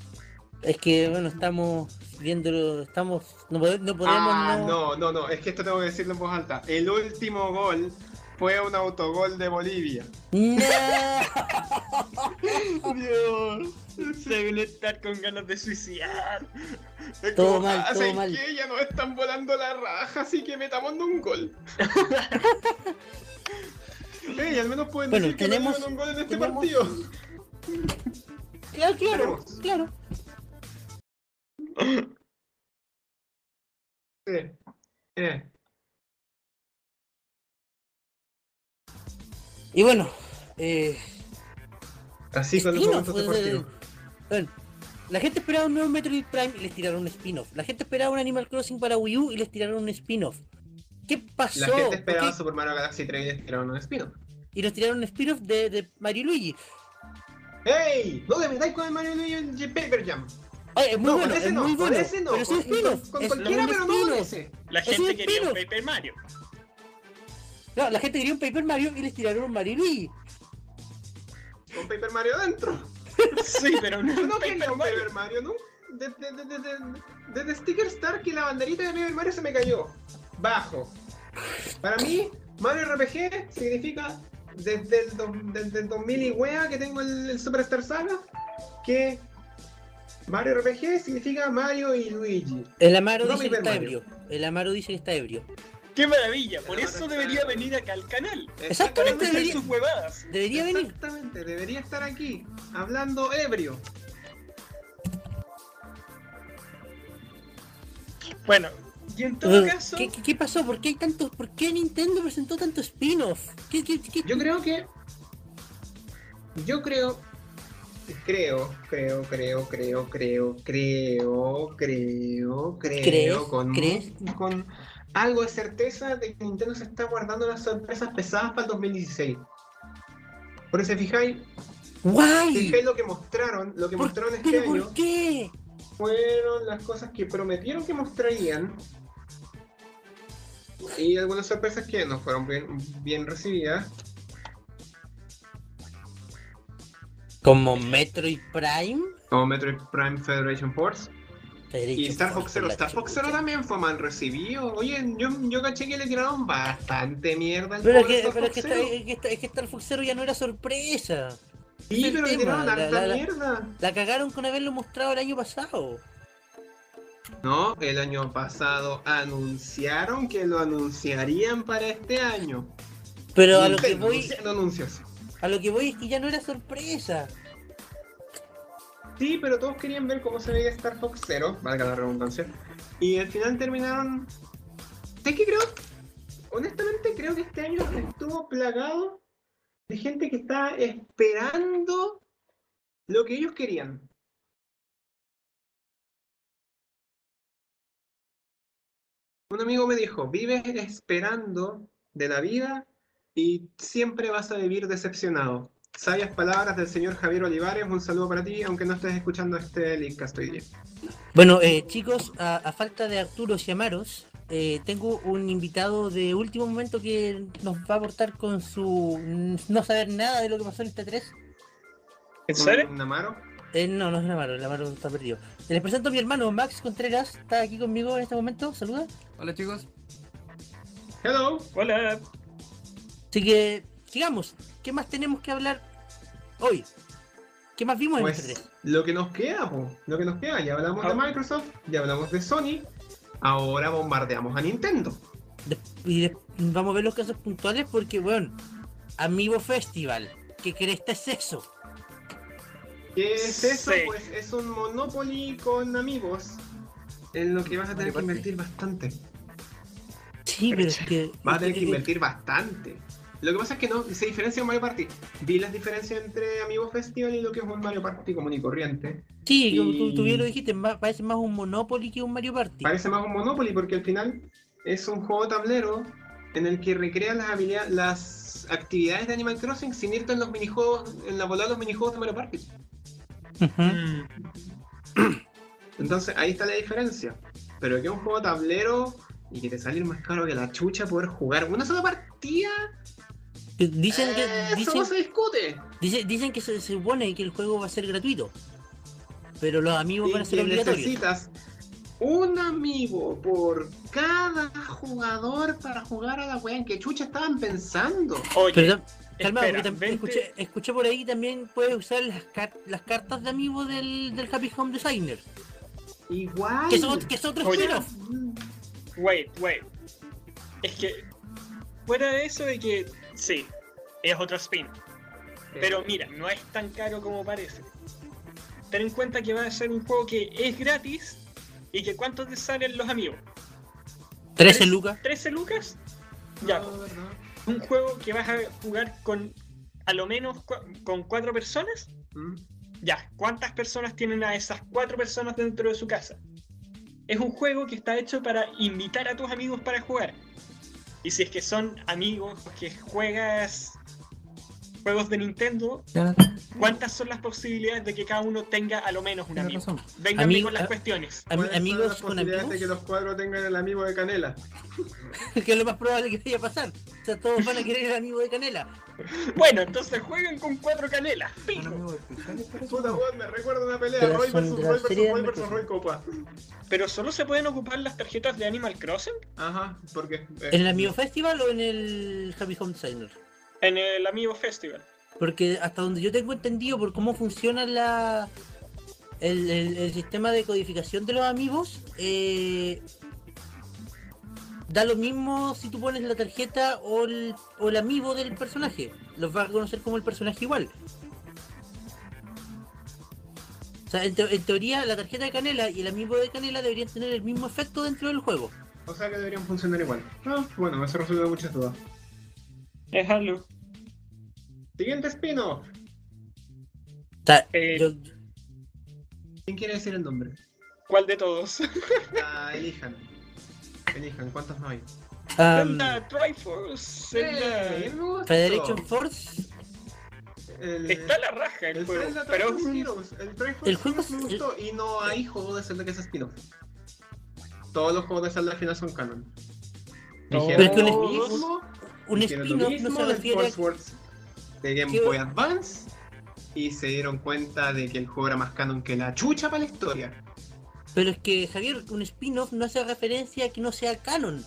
Es que bueno, estamos viéndolo, estamos no, pode- no podemos
Ah,
no.
no, no, no, es que esto tengo que decirlo en voz alta. El último gol fue un autogol de Bolivia.
No.
Dios, se deben estar con ganas de suicidar.
Es
Todo
como,
mal,
ah,
todo
¿sabes
mal.
qué? Ya nos están volando la raja, así que metamos un gol. Ey, al menos pueden
Bueno,
decir que
tenemos-
metieron un gol en este
tenemos-
partido.
Claro, claro,
Tenemos.
claro.
Eh, eh.
Y bueno, eh,
Así con los
spin-off,
momentos
pues,
deportivos.
eh, bueno, la gente esperaba un nuevo Metroid Prime y les tiraron un spin-off. La gente esperaba un Animal Crossing para Wii U y les tiraron un spin-off. ¿Qué pasó?
La gente
¿Por
esperaba
qué?
Super Mario Galaxy 3 y esperaban un spin-off.
Y nos tiraron un spin-off de, de Mario y Luigi.
¡Ey! ¡No te metáis con el Mario Luigi en J- Paper Jam!
Oye, es muy
no,
bueno,
con ese
es
no,
muy
con
bueno.
ese no.
pero es un
con,
spin-off.
con- con
es
cualquiera,
un
pero no con
spin-off.
ese.
La
Es un
gente quería un
spin-off.
Paper Mario.
No, la gente quería un Paper Mario y les tiraron un Mario y Luigi.
Con Paper Mario dentro.
Sí, pero no,
Yo
un
no quería
Paper
un
Mario.
Paper Mario, ¿no? Desde de, de, de, de- de Sticker Star que la banderita de Paper Mario se me cayó. Bajo. Para mí, Mario RPG significa desde el, do- desde el 2000 y wea que tengo el, el Super Star Saga que Mario RPG significa Mario y Luigi.
El Amaro
No
dice que
Paper
está
Mario.
ebrio. El Amaro dice que está ebrio.
¡Qué maravilla! Por
Pero
eso
ahora
debería
está-
venir acá al canal. Para
Exactamente,
escuchar
debería,
sus huevadas.
debería venir.
Exactamente, debería estar aquí, hablando ebrio.
Bueno, y en todo caso,
Uh, ¿Qué, qué, qué pasó? ¿Por qué hay tantos? ¿Por qué Nintendo presentó tanto spin-off? ¿Qué, qué, qué-
Yo creo que. Yo creo. Creo, creo, creo, creo, creo, creo, creo, creo,
¿Crees?
con,
¿Crees?
con algo de certeza de que Nintendo se está guardando las sorpresas pesadas para el 2016. Porque si fijáis,
¡Guay!
fijáis lo que mostraron, lo que
¿Por-
mostraron este
¿Pero
año
por qué?
fueron las cosas que prometieron que mostrarían. Y algunas sorpresas que no fueron bien, bien recibidas.
Como Metroid Prime.
Como Metroid Prime Federation Force. Y Star Fox Zero, Star Fox Zero
también.
también fue mal recibido. Oye, yo, yo caché que le tiraron bastante mierda al
Pero, es
pobre
que,
Star
pero es,
Fox
que
Zero.
esta- es que esta- es que Star Fox Zero ya no era sorpresa. es
Sí,
el
pero le
tema,
tiraron
la-
harta
la- la-
mierda.
La cagaron con haberlo mostrado el año pasado.
No, el año pasado anunciaron que lo anunciarían para este año. este
Pero a lo que
Nintendo
voy,
anunciando anuncios.
a lo que voy es que ya no era sorpresa.
Sí, pero todos querían ver cómo se veía Star Fox Zero, valga la redundancia. Y al final terminaron. Es que creo. Honestamente, creo que este año estuvo plagado de gente que está esperando lo que ellos querían. Un amigo me dijo: Vives esperando de la vida y siempre vas a vivir decepcionado. Sabias palabras del señor Javier Olivares, un saludo para ti, aunque no estés escuchando este Linkcast hoy día.
Bueno, eh, chicos, a, a falta de Arturo y Amaros, eh, tengo un invitado de último momento que nos va a aportar con su mm, no saber nada de lo que pasó en este 3.
¿en serio?
Un- un Amaro.
Eh, no, no es el Amaro, el Amaro está perdido. Les presento a mi hermano Max Contreras, está aquí conmigo en este momento, saluda.
Hola chicos,
Hello.
Hola.
Así que, sigamos, ¿qué más tenemos que hablar hoy? ¿Qué más vimos en este
Pues
3?
lo que nos queda, po, lo que nos queda. Ya hablamos de
Ah.
Microsoft, ya hablamos de Sony, ahora bombardeamos a Nintendo.
Y de- vamos a ver los casos puntuales porque, bueno, Amigo Festival, ¿qué cresta es eso?
¿Qué es eso?
Sí.
Pues es un Monopoly con amigos. En lo que vas a tener que
Monopoly.
invertir bastante.
Sí, pero es que.
Vas a tener que invertir bastante. Lo que pasa es que no se diferencia de un Mario Party. Vi las diferencias entre Amigos Festival y lo que es un Mario Party común y corriente.
Sí, como tú, tú
Y-
bien lo dijiste, ma- parece más un Monopoly que un Mario Party.
Parece más un Monopoly porque al final es un juego de tablero en el que recrean las habilidades, las actividades de Animal Crossing sin irte en los minijuegos, en la volada de los minijuegos de Mario Party.
Ujú.
Mm,
Entonces ahí está la diferencia. Pero que un juego de tablero y que te salir más caro que la chucha poder jugar una sola partida,
Dicen que,
eh, eso
dicen,
no se discute.
dice- dicen que se se supone que el juego va a ser gratuito. Pero los amigos van a
Y
ser
que
obligatorios.
necesitas un amigo por cada jugador para jugar a la wea en que chucha estaban pensando.
Oye,
Pero tam- calma,
espera,
porque tam-
vente-
escuché, escuché por ahí también puedes usar las, car- las cartas de amigos del, del Happy Home Designer.
Igual.
Que son, que son otros
Oye.
spin-off.
Wait, wait. Es que, fuera de eso, de que sí, es otro spin. Pero mira, no es tan caro como parece. Ten en cuenta que va a ser un juego que es gratis y que cuánto te salen los amigos.
13 lucas.
¿13 lucas? Ya,
No, no.
un juego que vas a jugar con a lo menos cua- con cuatro personas.
Mm.
Ya, ¿cuántas personas tienen a esas cuatro personas dentro de su casa? Es un juego que está hecho para invitar a tus amigos para jugar. Y si es que son amigos que juegas juegos de Nintendo,
Tienes
¿Cuántas son las posibilidades de que cada uno tenga a lo menos un amigo?
razón.
Vengan
Amigo-
con las
ah.
cuestiones.
Ami-
¿Cuáles son
amigos
las
con
posibilidades de que
amigos,
los cuadros tengan el amigo de Canela.
que es lo más probable que vaya a pasar. O sea, todos van a querer el amigo de Canela.
Bueno, entonces jueguen con cuatro canelas. Pico.
Puta weón, me recuerda una pelea.
Pero
Roy
son
versus
de la
Roy versus
serie de
Roy
Animal
versus Roy Copa.
Pero solo se pueden ocupar las tarjetas de Animal Crossing
Ajá, porque. eh,
¿En el Amigo Festival o en el Happy Home Designer?
en el Amigo Festival.
Porque hasta donde yo tengo entendido por cómo funciona la, el, el- el sistema de codificación de los amigos, eh, da lo mismo si tú pones la tarjeta o el, o el amigo del personaje. Los vas a conocer como el personaje igual. O sea, en, teo- en teoría la tarjeta de Canela y el amigo de Canela deberían tener el mismo efecto dentro del juego.
O sea que deberían funcionar igual. Ah, bueno, eso resuelve muchas dudas.
Es algo.
Siguiente espino.
O sea,
Eh,
yo-
¿Quién quiere decir el nombre?
¿Cuál de todos?
Ah, elijan. Elijan, ¿cuántos no hay?
am,
Zelda Triforce.
Eh,
Zelda...
me gustó.
Federation Force
El,
Está la raja el,
el
juego.
Zelda
pero
Triforce Heroes. El Triforce
El juego
Heroes me
es-
gustó y no hay juego de Zelda que sea spin-off. Todos los juegos de Zelda al final son canon.
No.
Dijeron
Pero es que un
lo
spin-off-
mismo,
un
hicieron lo
spin-off no
mismo
se
del
refiere a
Force Wars de Game
que-
Boy Advance y se dieron cuenta de que el juego era más canon que la chucha para la historia.
Pero es que, Javier, un spin-off no hace referencia a que no sea canon.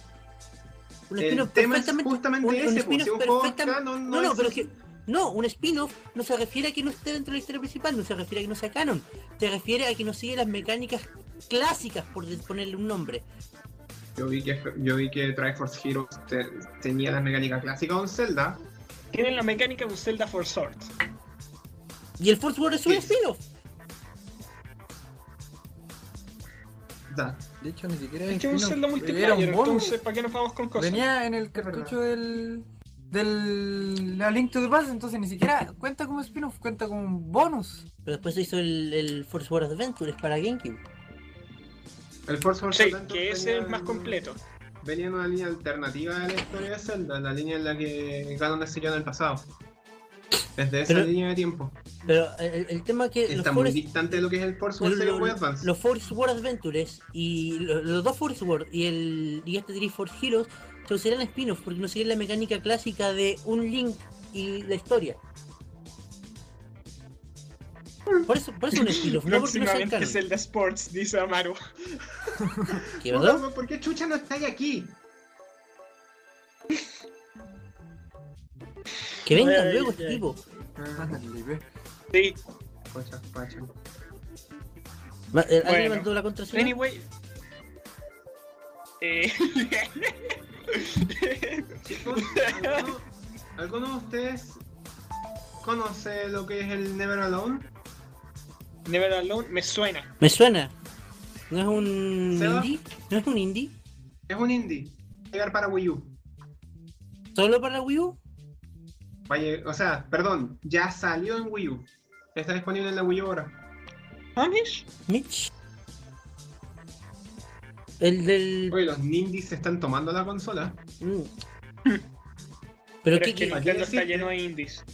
Un
El
spin-off
tema es
perfectamente.
justamente
un- un
ese, pues,
spin-off
si un juego es
perfectamente-
canon
No, no,
es
pero es que. No, un spin-off no se refiere a que no esté dentro de la historia principal, no se refiere a que no sea canon. Se refiere a que no sigue las mecánicas clásicas, por de- ponerle un nombre.
Yo vi que, yo vi que Triforce Heroes te- tenía la mecánica clásica con Zelda.
Tienen la mecánica de un Zelda for Sword.
Eh, Y el Force Wars es un
Sí.
spin-off.
Da.
De hecho, ni siquiera
Es
es
que es un
spin-off,
Zelda
era
multiplayer.
un bonus.
Entonces, ¿para qué nos vamos con cosas?
Venía en el
verdad.
cartucho del. del. la Link to the Past, entonces ni siquiera cuenta como spin-off, cuenta como un bonus.
Pero después se hizo el, el Force Wars Adventures para GameCube.
El Force Wars
Sí,
Adventures
que ese
venía-
es más completo.
Venía en una línea alternativa de la historia de Zelda, la línea en la que Ganon decidió en el pasado. Desde esa
Pero-
línea de tiempo.
Pero el, el tema que. los
Está muy
Force-
distante de lo que es el Force Wars de
Pero
Game Boy
lo-
Advance.
Los Force Wars Adventures y lo- los dos Force Wars y, el, y este Triforce Heroes se consideran spin-off porque no siguen la mecánica clásica de un Link y la historia. Por eso, por eso un spin-off, no porque no sean
Próximamente
canon.
Zelda Sports, dice Amaru.
¿Qué,
Puta,
verdad?
weón, ¿Por qué Chucha no está ahí aquí?
Que venga
Ay,
luego este
ay.
tipo.
Ah,
Ándale, ve.
Sí,
Cocha, pacha.
Ma- eh, Alguien
Bueno.
mandó la contra suya?
Anyway. Eh,
Chicos, ¿alguno, alguno de ustedes conoce lo que es el Never Alone?
Never Alone me suena.
Me suena. ¿No es un
Seba.
indie? ¿No es un indie?
Es un indie. Va a Llegar para Wii U.
¿Solo para Wii U?
Va a lle- o sea, perdón, ya salió en Wii U. Está disponible en la Wii U ahora.
¿Amish?
Mitch. El del.
Oye, los nindies se están tomando la consola.
Mm. Pero,
Pero
qué,
es que
qué-
Nintendo está
decirte?
lleno de indies.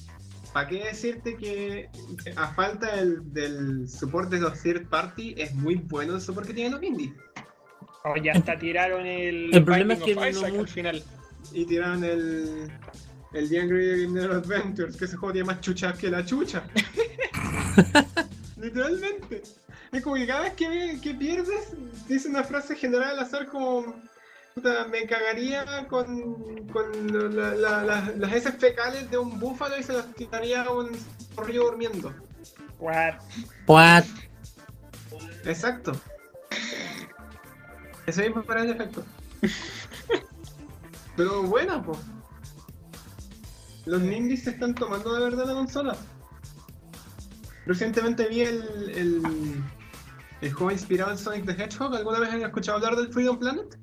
¿Para qué decirte que eh, a falta del, del support de los third party es muy bueno el soporte que tienen los indies?
O ya hasta tiraron el.
El problema
Binding
es que
of
no
Isaac
mu-
al final.
Y tiraron el. El The Angry Gamer Adventures, que ese juego tiene más chuchas que la chucha. Literalmente. Es como que cada vez que, ve- que pierdes, dice una frase general al azar como. Puta, me cagaría con, con la- la- la- las heces fecales de un búfalo y se las tiraría a un río durmiendo.
What?
What?
Exacto. Eso mismo para el efecto. Pero buena, pues. Los Nimbys se están tomando de verdad la consola. Recientemente vi el, el, el juego inspirado en Sonic the Hedgehog. ¿Alguna vez han escuchado hablar del Freedom Planet?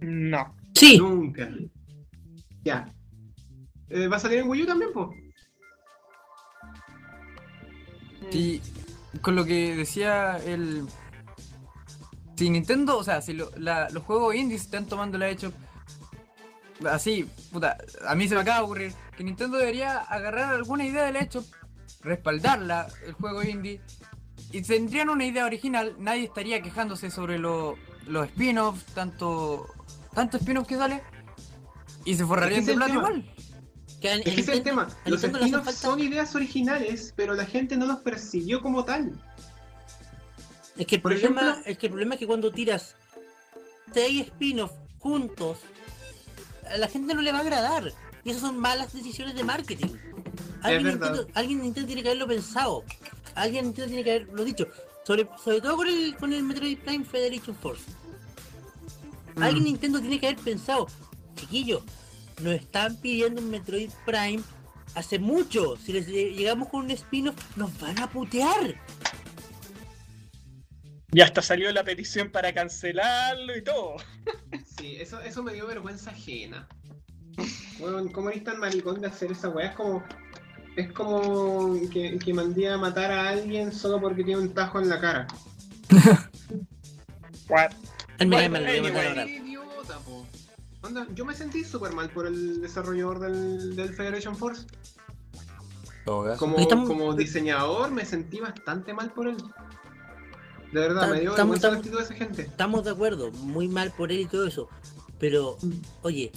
No.
Sí.
Nunca. Ya. Eh, ¿Va a salir en Wii U también, po?
Y con lo que decía el. Si Nintendo, o sea, si lo- la- los juegos indies están tomando la hecho. Así, puta, a mí se me acaba de ocurrir que Nintendo debería agarrar alguna idea del hecho, respaldarla, el juego indie, y tendrían una idea original, nadie estaría quejándose sobre lo- los spin-offs, tanto, tanto spin-off que sale, y se forrarían
Es que
de
es el
plata
tema.
igual.
Que a- a
Es que ese es el
Nintendo-
tema.
a
Los
Nintendo le hacen
spin-offs
falta-
son ideas originales, pero la gente no los percibió como tal.
Es que el
Por
problema,
ejemplo-
es que el problema es que cuando tiras seis spin-off juntos, a la gente no le va a agradar. Y esas son malas decisiones de marketing. Alguien,
verdad.
Nintendo, alguien de Nintendo tiene que haberlo pensado. Alguien de Nintendo tiene que haberlo dicho. Sobre, sobre todo con el, con el Metroid Prime Federation Force.
Mm.
Alguien de Nintendo tiene que haber pensado, chiquillo, nos están pidiendo un Metroid Prime hace mucho. Si les lleg- llegamos con un spin-off, nos van a putear.
Y hasta salió la petición para cancelarlo y todo.
Sí, eso, eso me dio vergüenza ajena. Weón, ¿cómo eres tan maricón de hacer esa weá? Es como. Es como que, que mandé a matar a alguien solo porque tiene un tajo en la cara.
What?
Al
Bueno,
Mega Man lo voy a mandar
anyway.
Weón,
ahora.
eres idiota, po. Onda, yo me sentí súper mal por el desarrollador del, del Federation Force. Como,
Ahí estamos-
como diseñador me sentí bastante mal por él. De verdad,
Tam-
me dio
tam-
vergüenza la
tam-
actitud de esa gente.
Estamos de acuerdo, muy mal por él y todo eso. Pero, oye,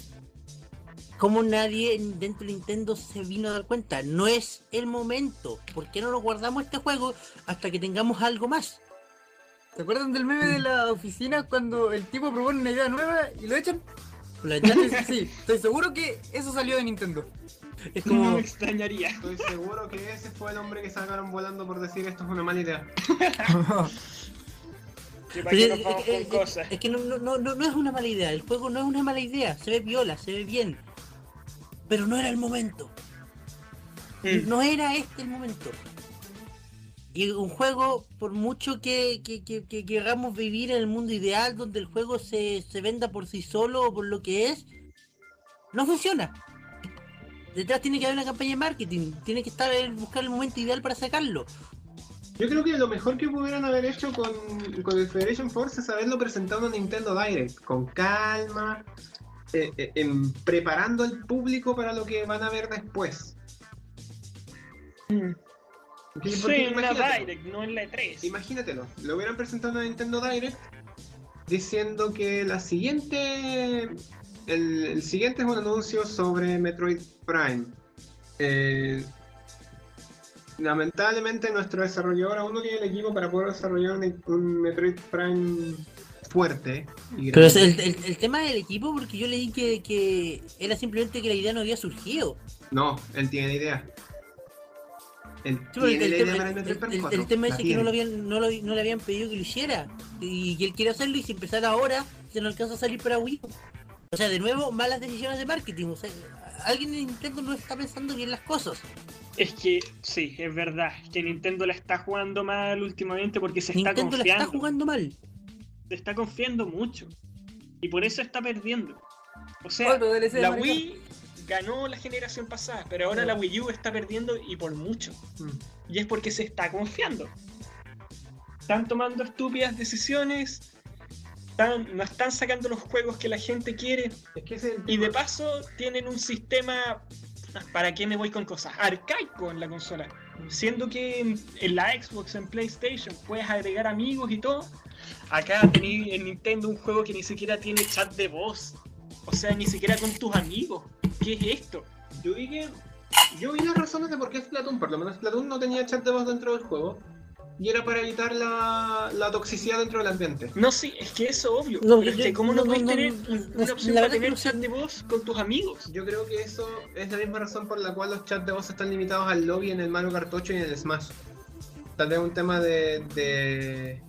como nadie dentro de Nintendo se vino a dar cuenta, no es el momento. ¿Por qué no nos guardamos este juego hasta que tengamos algo más?
¿Se acuerdan del meme de la oficina cuando el tipo propone una idea nueva y lo echan?
Por la ventana,
Sí, estoy seguro que eso salió de Nintendo.
es
No
como,
me extrañaría.
Estoy seguro que ese fue el hombre que sacaron volando por decir esto es una mala idea.
Que para
Pero
qué
es,
nos vamos
es-
con
es-
cosas.
es que no, no- no- no- no es una mala idea, el juego no es una mala idea, se ve viola, se ve bien. Pero no era el momento,
Mm.
no era este el momento. Y un juego, por mucho que, que, que- que queramos vivir en el mundo ideal, donde el juego se, se venda por sí solo o por lo que es, no funciona. Detrás tiene que haber una campaña de marketing, tiene que estar el- buscar el momento ideal para sacarlo.
Yo creo que lo mejor que pudieran haber hecho con, con el Federation Force es haberlo presentado en Nintendo Direct, con calma, eh, eh, em, preparando al público para lo que van a ver después. Porque-
Mm. Sí,
porque
en la
imagínatelo,
Direct, no en la E E3.
Imagínatelo, lo hubieran presentado en la Nintendo Direct diciendo que la siguiente. El, el siguiente es un anuncio sobre Metroid Prime. Eh, lamentablemente, nuestro desarrollador aún no tiene el equipo para poder desarrollar un, un Metroid Prime fuerte. y
Pero
grande.
es el, el- el tema del equipo, porque yo leí que, que era simplemente que la idea no había surgido.
No, él tiene idea. Él
Sí, porque
tiene
el,
la idea
tema,
para
el-
el Metroid Prime
el- el
4,
tema
la
es que no,
tiene.
lo habían, no, lo, no le habían pedido que lo hiciera. Y que él quiere hacerlo y si empezara ahora, se no alcanza a salir para Wii. O sea, de nuevo, malas decisiones de marketing. O sea, alguien en Nintendo no está pensando bien las cosas.
Es que sí, es verdad, que Nintendo la está jugando mal últimamente porque se está
Nintendo la
confiando.
está jugando mal.
Se está confiando mucho. Y por eso está perdiendo. O sea,
Otro DLC de
la
Mario
Wii ganó la generación pasada, pero ahora
Sí.
la Wii U está perdiendo y por mucho.
Mm.
Y es porque se está confiando. Están tomando estúpidas decisiones, están- no están sacando los juegos que la gente quiere.
Es que ese es el
Y de
tema.
paso tienen un sistema, ah, ¿para qué me voy con cosas? Arcaico en la consola. Siendo que en, en la Xbox, en PlayStation, puedes agregar amigos y todo. Acá tení en Nintendo un juego que ni siquiera tiene chat de voz. O sea, ni siquiera con tus amigos. ¿Qué es esto?
Yo vi que. Yo vi las razones de por qué Splatoon, por lo menos Splatoon no tenía chat de voz dentro del juego. Y era para evitar la, la toxicidad dentro del ambiente.
No, sí, es que eso obvio.
No,
Pero es
yo-
que cómo no,
no,
puedes
no, no,
tener
no,
un-
no,
una
la verdad
opción para
es que
tener
no sé.
chat de voz con tus amigos.
Yo creo que eso es la misma razón por la cual los chats de voz están limitados al lobby en el Mario Kart 8 y en el Smash. Tal vez un tema de. de.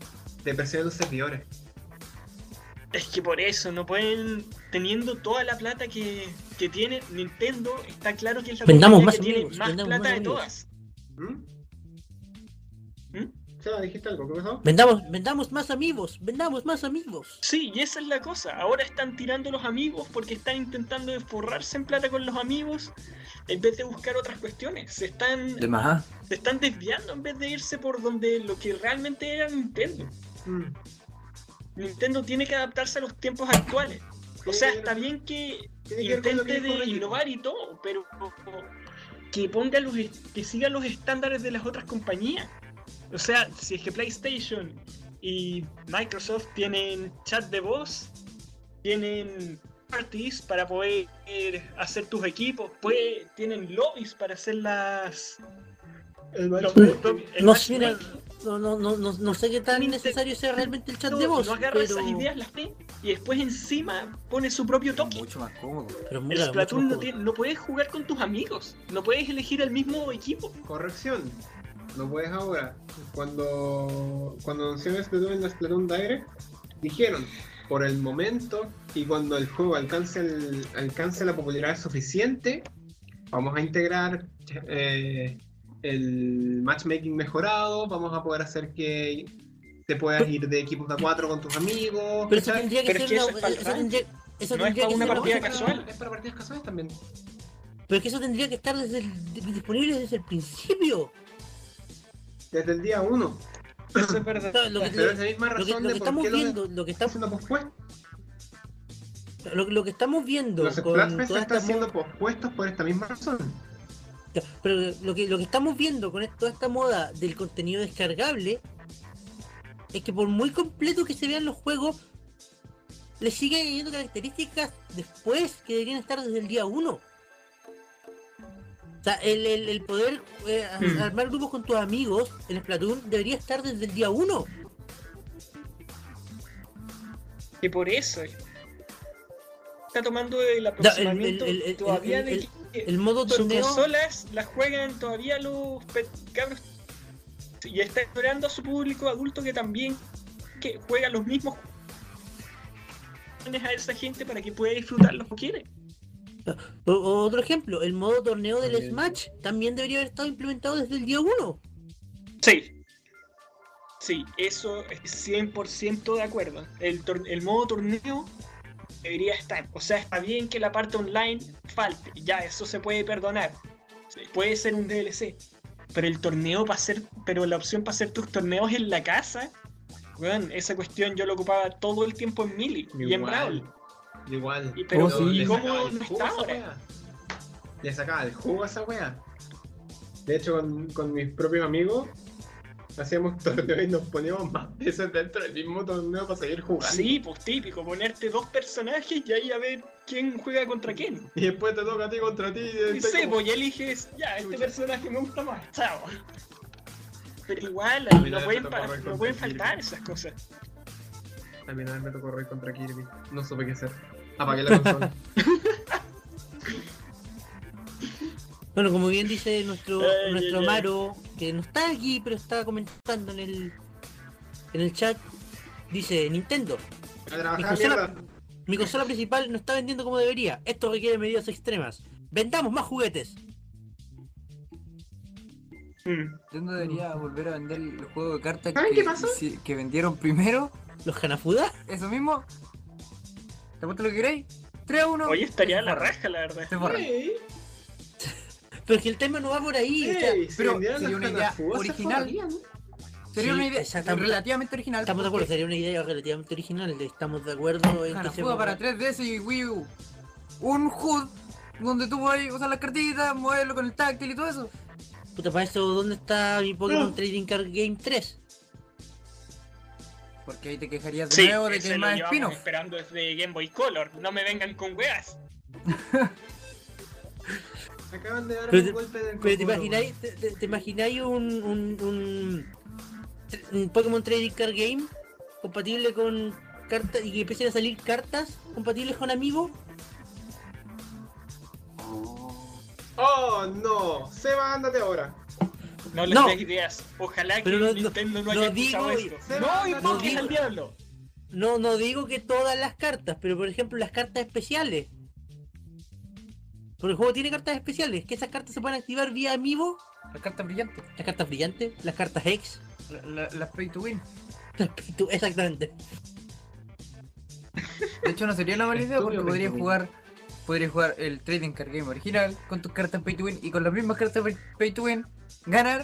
de presión de los servidores.
Es que por eso no pueden, teniendo toda la plata que, que tiene Nintendo, está claro que es la
Vendamos
compañía
más
que
amigos,
tiene más
vendamos
plata
más
de
amigos.
todas.
¿Mm?
¿Mm?
Seba, dijiste algo, ¿qué pasó?
Vendamos, vendamos más amigos, vendamos más amigos.
Sí, y esa es la cosa. Ahora están tirando los amigos porque están intentando de forrarse en plata con los amigos en vez de buscar otras cuestiones. Se están,
De más.
se están desviando en vez de irse por donde lo que realmente era Nintendo.
Mm.
Nintendo tiene que adaptarse a los tiempos actuales. O sea, está bien que
Tiene que ver con lo que
intente
dijo
de
Reggie.
innovar y todo, pero que ponga los que siga los estándares de las otras compañías. O sea, si es que PlayStation y Microsoft tienen chat de voz, tienen parties para poder hacer tus equipos, pues tienen lobbies para hacer las
El
los-
Mario-
el
No,
matchmaking.
mira, no, no, no, no, no sé qué tan necesario sea realmente el chat de voz,
no agarra
pero,
esas ideas, las ve y después encima pone su propio toque.
Mucho más cómodo.
pero
El
mira, mucho
Splatoon
más
no,
cómodo.
tiene- no puedes jugar con tus amigos, no puedes elegir el mismo equipo.
Corrección. No puedes ahora. Cuando, cuando anunciaron Splatoon en la Splatoon Direct, dijeron, por el momento y cuando el juego alcance, el- alcance la popularidad suficiente, vamos a integrar eh, el matchmaking mejorado, vamos a poder hacer que te puedas ir de equipos de a cuatro con tus amigos.
Pero eso
¿cachai?
tendría que
Pero
ser
es que eso
una-
es para el
eso tendría- eso
No es
tendría
para
que
una
ser
partida
cosa-
casual.
Es para partidas casuales también.
Pero es que eso tendría que estar desde el- de- disponible desde el principio.
Desde el día uno.
Eso es
O
verdad.
sea, Pues lo, que,
Pero es la misma
lo que-
razón
lo que
de por
estamos
qué
viendo, lo que
están
estamos,
haciendo pospuestos.
lo, lo que estamos viendo
Los
con
Splatfest
toda esta
están
mo-
siendo pospuestos por esta misma razón.
pero lo que lo que estamos viendo con toda esta moda del contenido descargable es que por muy completo que se vean los juegos, le siguen añadiendo características después que deberían estar desde el día uno. O sea, el, el- el poder eh, a-
Mm.
armar grupos con tus amigos en Splatoon debería estar desde el día uno.
Y por eso eh, está tomando el
el-
aproximamiento
el- el-
todavía
el-
de
el-
que
El modo
sus
torneo.
consolas las juegan todavía los pe- cabros y está ignorando a su público adulto que también que juega los mismos juegos a esa gente para que pueda disfrutarlos como quiere.
o- o- otro ejemplo, el modo torneo del
También.
Smash también debería haber estado implementado desde el día uno.
Sí. Sí, eso es 100% de acuerdo. El, tor- el modo torneo debería estar. O sea, está bien que la parte online falte. Ya, eso se puede perdonar. Sí, Puede ser un DLC. Pero el torneo para hacer. Pero la opción para hacer tus torneos en la casa. weón, esa cuestión yo lo ocupaba todo el tiempo en Mili y en Brawl.
Igual.
Y pero,
Oh, sí.
¿y
le
cómo
sacaba el
no
jugo a
está
esa
ahora?
wea. Le sacaba el jugo a esa wea. De hecho, con, con mis propios amigos hacíamos torneos y nos poníamos más veces dentro del mismo torneo para seguir jugando.
Sí, pues típico, ponerte dos personajes y ahí a ver quién juega contra quién.
Y después te toca a ti contra ti. y
Y
estoy
sé,
como-
pues, y eliges, ya, este
Chucha.
personaje me gusta más, chao. Pero igual,
A mí
no
también
pueden,
me
pa-
tocó ver
no
con
pueden
Kirby.
faltar esas cosas.
A mí una vez me tocó correr contra Kirby. No supe qué hacer. Apagué la consola.
Bueno, como bien dice nuestro
Ay,
nuestro
ay, ay.
Amaro, que no está aquí, pero está comentando en el en el chat, dice Nintendo,
A trabajar,
Consola-
mierda.
mi consola principal no está vendiendo como debería. Esto requiere medidas extremas. Vendamos más juguetes.
Mm.
Nintendo debería volver a vender el juego de cartas
¿Saben
que,
qué pasó?
si- que vendieron primero.
¿Los Hanafuda?
Eso mismo. ¿Te apuesto lo que queréis? 3 a 1.
Oye, estaría la
borra.
raja, la verdad.
Se borra.
Ey,
Pero es que el tema no va por ahí. o sea,
ey, si
pero
vendieran las
sería una idea
Hanafugos, se
original.
joderían.
Sería
Sí,
una idea
exactamente.
relativamente original.
estamos de acuerdo,
porque
sería una idea relativamente original. Estamos de acuerdo en que se
Hanafuda para 3DS y Wii U. Un HUD donde tú puedes usar las cartitas, moverlo con el táctil y todo eso.
Puta, para eso, ¿dónde está mi Pokémon
No.
Trading Card Game 3?
Porque ahí te quejarías de
Sí,
nuevo de que
ese
es
lo
más
llevamos
spin-off.
esperando desde Game Boy Color. No me vengan con weas.
Acaban de dar
Pero
un
te-
golpe del
Pero te imagináis, te, te- te imagináis un, un, un- un Pokémon Trading Card Game compatible con cartas y que empiecen a salir cartas compatibles con amigos.
Oh, no. Seba, ándate ahora.
No les
No.
des ideas. Ojalá que
Pero no- no-
Nintendo no,
no
haya
digo-
escuchado esto.
Seba,
No,
ándate
invoques
ahora.
al diablo.
No, no digo que todas las cartas, pero por ejemplo las cartas especiales. Porque el juego tiene cartas especiales, que esas cartas se pueden activar vía amiibo,
Las cartas brillantes.
las cartas brillantes, las cartas X,
la- la- las pay to win.
las pitu- exactamente.
De hecho, no sería una mala idea porque
Estudio pay
podrías
to win.
jugar, podrías jugar el Trading Card Game original con tus cartas pay to win y con las mismas cartas pay- pay to win ganar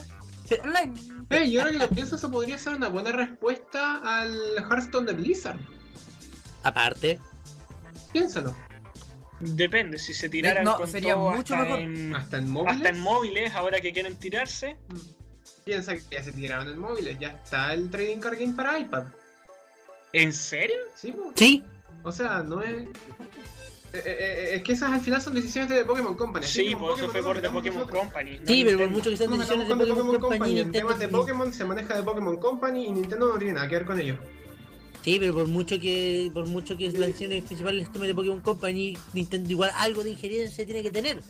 online.
Ey, y ahora que lo pienso, eso podría ser una buena respuesta al Hearthstone de Blizzard.
Aparte,
Piénsalo.
Depende, si se tiraran
No,
con
sería
todo
mucho
hasta
mejor.
en-
Hasta en móviles.
hasta en móviles, ahora que quieren tirarse.
Piensa que ya se tiraron en móviles. Ya está el Trading Card Game para iPad.
¿En serio?
Sí, po.
sí,
O sea, no es. Eh, eh, eh, es que esas al final son decisiones de Pokémon Company. Así
Sí,
como
por eso fue por The
metamos
Pokémon
nosotros.
Company. no
sí, pero por
Nintendo.
mucho que sean
Nos
decisiones
metamos
de
con The
Pokémon, Company,
En
Nintendo
temas de
tiene-
Pokémon se maneja de Pokémon Company y Nintendo no tiene nada que ver con ellos.
Sí, pero por mucho que por mucho que las acciones principales tomen de Pokémon Company, Nintendo igual algo de injerencia tiene que tener.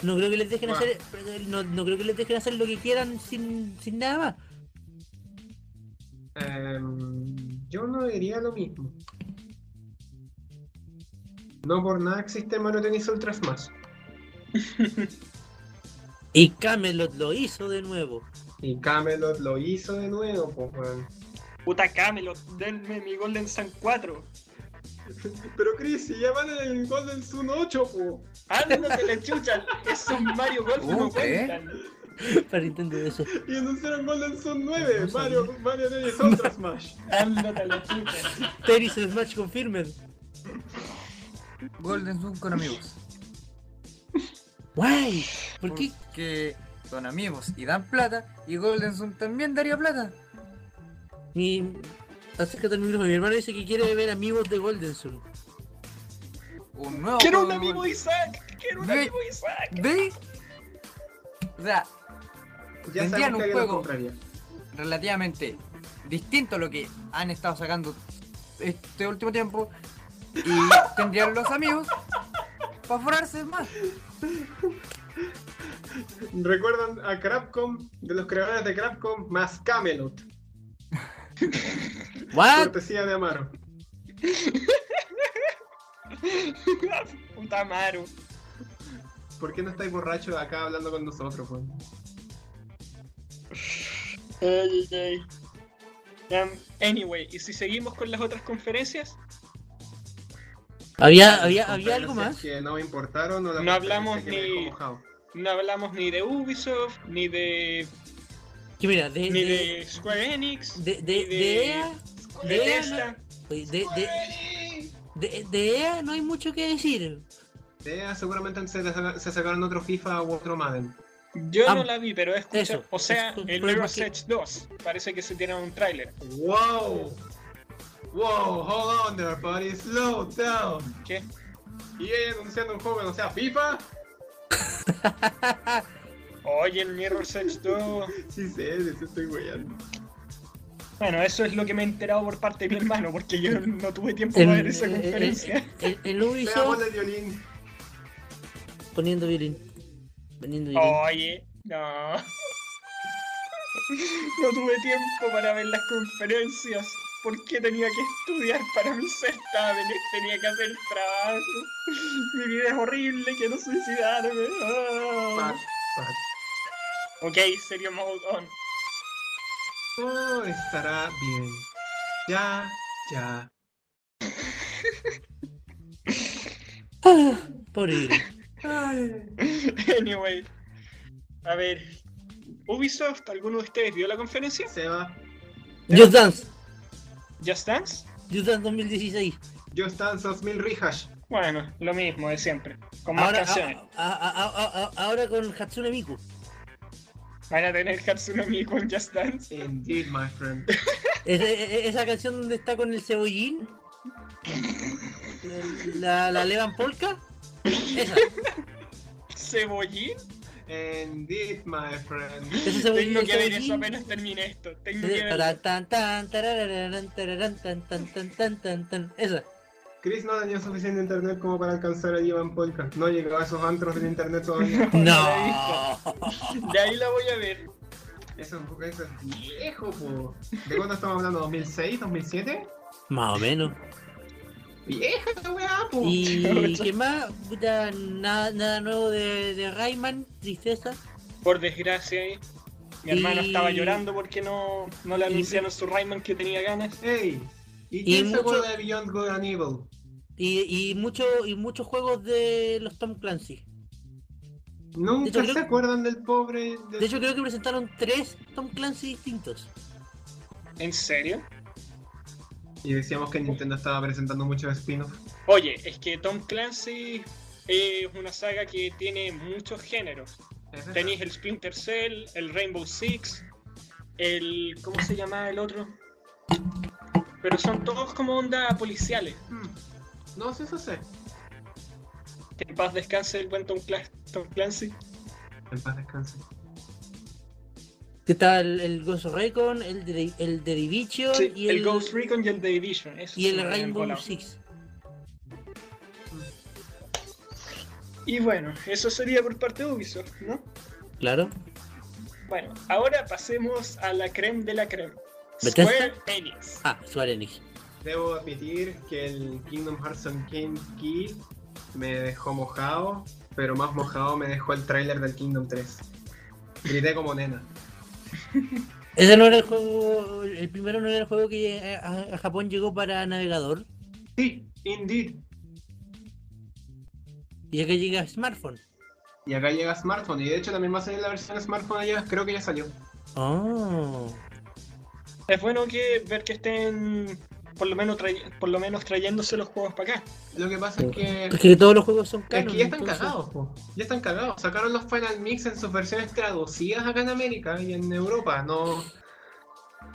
No creo que les dejen
Bueno.
hacer no, no creo que les dejen hacer lo que quieran sin, sin nada más.
Em, yo no diría lo mismo. No por nada existe Mario Tennis Ultra Smash.
Y Camelot lo hizo de nuevo.
Y Camelot lo hizo de nuevo, pues, weón.
Puta Camelot, denme mi Golden Sun 4.
Pero Chris, si ya van en el Golden Sun 8, po.
Ándate la chucha, esos Mario Golf no
Uh, ¿qué?
cuentan.
Para Nintendo eso.
Y anunciaron Golden Sun 9.
No
Mario, Mario Tennis Ultra Smash.
Ándate la chucha.
Terry Smash Confirmed.
Golden Zoom con amigos.
Guay. ¿Por qué?
Porque son amigos y dan plata y Golden Zoom también daría plata.
Mi. Acércate al micrófono. Mi hermano dice que quiere ver amigos de Golden Sun.
Un nuevo
Quiero un
juego de
amigo
Golden-
Isaac, quiero un
Ve-
amigo Isaac.
¿Ve? O sea,
Ya sabemos
Vendían un
que alguien lo
juego.
compraría.
relativamente distinto a lo que han estado sacando este último tiempo y tendrían los amigos para forrarse más.
Recuerdan a Crapcom, de los creadores de Crapcom, más Camelot.
Ah.
What?
Cortesía de Amaro.
Puta Maru.
¿Por qué no estáis borrachos acá hablando con nosotros, weón?
Ay, ay, ay. Um, anyway, ¿y si seguimos con las otras conferencias?
Había, había,
Las
había algo más.
conferencias Que no me importaron o las
No hablamos
conferencias que
ni-
me dejó mojado.
No hablamos ni de Ubisoft, ni de,
Que mira, de.
ni
de-
de Square Enix,
De, de,
ni
de E EA,
de
de-
Bethesda.
oye, de, de- de- de EA no hay mucho que decir.
Eh, seguramente se, se sacaron otro FIFA u otro Madden.
Yo
Ah,
no la vi, pero he escuchado.
eso,
O sea,
eso,
el
pero
Mirror's
más que-
Edge 2. Parece que se tiene un tráiler.
¡Wow! ¡Wow! Hold on there, buddy. Slow down.
¿Qué?
Y ella anunciando un juego que no sea FIFA.
Oye, el Mirror's Edge 2.
Sí sé, sí estoy weyando.
Bueno, eso es lo que me he enterado por parte de mi hermano, porque yo no tuve tiempo
El, eh,
para ver esa
el- el-
conferencia.
el- el
Veamos
Ubisoft
el violín.
poniendo violín. Poniendo violín.
Oye, no. No tuve tiempo para ver las conferencias. ¿Por qué tenía que estudiar para mis certámenes? Tenía que hacer trabajo. Mi vida es horrible, quiero suicidarme. Ah.
Pa- Vale.
Ok, serio mode on.
Todo estará bien. Ya, ya.
Pobre Yuri.
Ay.
anyway. A ver. Ubisoft, ¿alguno de ustedes vio la conferencia?
Se va.
Just Dance.
Just Dance.
Just Dance 2016.
Just Dance 2000 Rehash.
Bueno, lo mismo de siempre. Con más
Ahora, ah,
canciones.
a- a- a- a- a- ahora con Hatsune Miku. ah.
Van a tener Hatsune Miku en Just Dance.
Indeed, my friend.
Es- es- es- esa canción donde está con el cebollín. La, la Levan Polka. Esa.
¿Cebollín?
Indeed, my friend.
Ese cebollín.
Tengo que ver
cebollín.
eso apenas termine esto. Tengo que ver.
Tarán, tan, tan, tarararán, tararán, tan, tan, tan, tan, tan, tan. Esa.
Chris no tenía suficiente internet como para alcanzar a Ivan Polka. No llegaba a esos antros del internet todavía.
No.
De ahí la voy a ver.
Eso, eso es viejo, po. ¿De cuándo estamos hablando? ¿2006? ¿2007?
Más o menos.
Vieja esa weá, po.
¿Y
Chucha.
qué más? Puta, nada, nada nuevo de, de Rayman, tristeza.
Por desgracia ahí. Mi
Y-
hermano estaba llorando porque no, no le anunciaron su Rayman que tenía ganas.
Ey, ¿y
Y
quién se
mucho-
acuerda de Beyond Good and Evil?
Y, y, mucho, y muchos juegos de los Tom Clancy. De hecho,
Nunca
creo-
se acuerdan del pobre. del-
De hecho, creo que presentaron tres Tom Clancy distintos.
¿En serio?
Y decíamos que Nintendo estaba presentando muchos spin-offs.
Oye, es que Tom Clancy es una saga que tiene muchos géneros. Tenéis el Splinter Cell, el Rainbow Six, el. ¿Cómo se llama el otro? Pero son todos como onda policiales.
Hmm. No, sí, eso sé.
Que en paz descanse el buen Tom, Cla- Tom Clancy.
En paz descanse.
Que está el, el Ghost Recon, el de, el de Division
Sí,
y
el, Ghost Recon y el The Division. esos
y el
son los que me han
Rainbow
volado.
Six.
Y bueno, eso sería por parte de Ubisoft, ¿no?
Claro.
Bueno, ahora pasemos a la creme de la creme.
¿Bethesda?
Square Enix.
Ah, Square Enix.
Debo admitir que el Kingdom Hearts Unchained Key me dejó mojado, pero más mojado me dejó el tráiler del Kingdom 3. Grité como nena.
Ese no era el juego, el primero no era el juego que eh, a, a Japón llegó para navegador
Sí, indeed.
y acá llega a smartphone.
Y acá llega smartphone, y de hecho también va a salir la versión smartphone allá, creo que ya salió.
Oh.
Es bueno que ver que estén por lo menos tray- por lo menos trayéndose los juegos para acá.
Lo que pasa es que
Es que todos los juegos son
Es
caros.
que ya están cagados, po. ya están cagados. Sacaron los Final Mix en sus versiones traducidas acá en América y en Europa. No,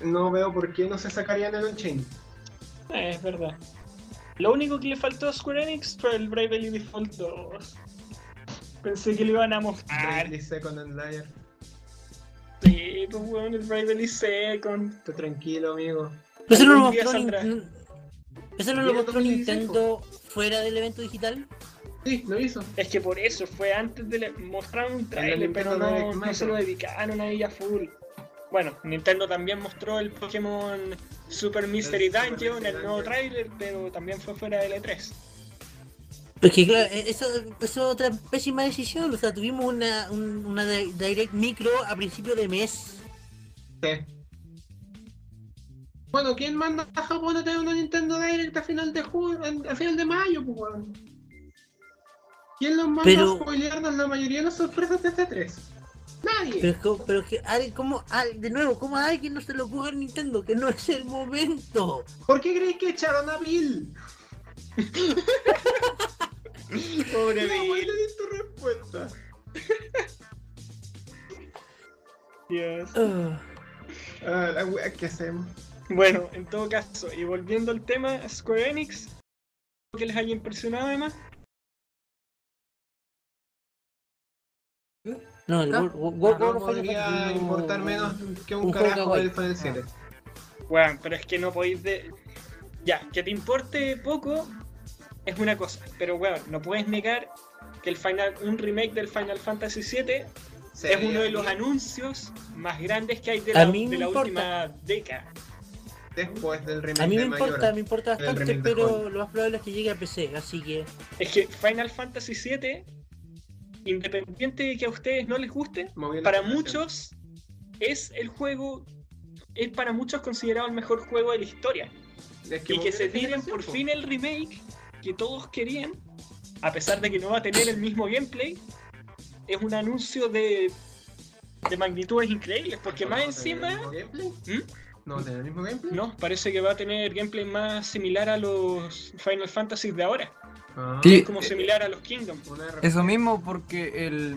no veo por qué no se sacarían el on-chain.
Eh, es verdad. Lo único que le faltó a Square Enix fue el Bravely Default 2. Pensé que le iban a mostrar.
Bravely Second and Liar.
Sí, pues weón, el Bravely Second.
Tú tranquilo, amigo.
Ese no lo
Algún día
mostró,
saldrá.
Nin- ese no lo
Viene
mostró
2016,
Nintendo fuera del evento digital.
Sí, lo hizo.
Es que por eso fue antes de le- mostrar un trailer,
Nintendo
pero no,
Direct
no
Micro.
se lo dedicaron a ella full. Bueno, Nintendo también mostró el Pokémon Super Mystery
Super
Dungeon, el
Mystery
nuevo
Dungeon.
trailer, pero también fue fuera E del E3.
Pues que claro, e- eso, eso es otra pésima decisión. O sea, tuvimos una, un- una di- direct micro a principio de mes.
Sí. Bueno, ¿quién manda a Japón a tener una Nintendo Direct a final de ju- a final de mayo, pues, weón? ¿Quién los manda
Pero-
a spoilearnos la mayoría de las sorpresas de este 3? Nadie.
Pero, es co- pero es que, al- ¿cómo, al- de nuevo, ¿cómo a alguien no se le ocurre a Nintendo? Que no es el momento.
¿Por qué creéis que echaron a Bill?
Pobre
No,
Bill.
güey, le di tu respuesta.
Dios.
Ah,
Ah, la wea, ¿qué hacemos?
Bueno, en todo caso, y volviendo al tema, Square Enix, ¿algo que les haya impresionado además?
no, el
Ah,
World- World- World
No
of
podría
Warcraft no-
importar menos que un,
Un juego
carajo
kawaii.
del Final 7.
Bueno, pero es que no podéis de... Ya, que te importe poco es una cosa, pero bueno, no puedes negar que el final, un remake del Final Fantasy VII
Se
es uno de
veía
los
bien.
anuncios más grandes que hay de
A
la,
mí me
de la
importa.
última década.
Después del remake
A mí me
de
importa,
Majora.
me importa
El
bastante,
remake de
pero
Hollow.
lo más probable es que llegue a PC, así que...
Es que Final Fantasy VII independiente de que a ustedes no les guste,
Moviendo
para
la atención.
muchos es el juego, es para muchos considerado el mejor juego de la historia.
Es
y que
moviendo
se
la
tiren
atención,
por
po.
fin el remake que todos querían, a pesar de que no va a tener el mismo gameplay, es un anuncio de, de magnitudes increíbles, porque
¿No
más
va a tener el
encima
mismo gameplay?
¿Mm?
¿No va a tener el mismo gameplay?
no, parece que va a tener gameplay más similar a los Final Fantasy de ahora,
Ah,
Sí.
como
Eh,
similar a los Kingdom.
una RPG.
Eso mismo porque el,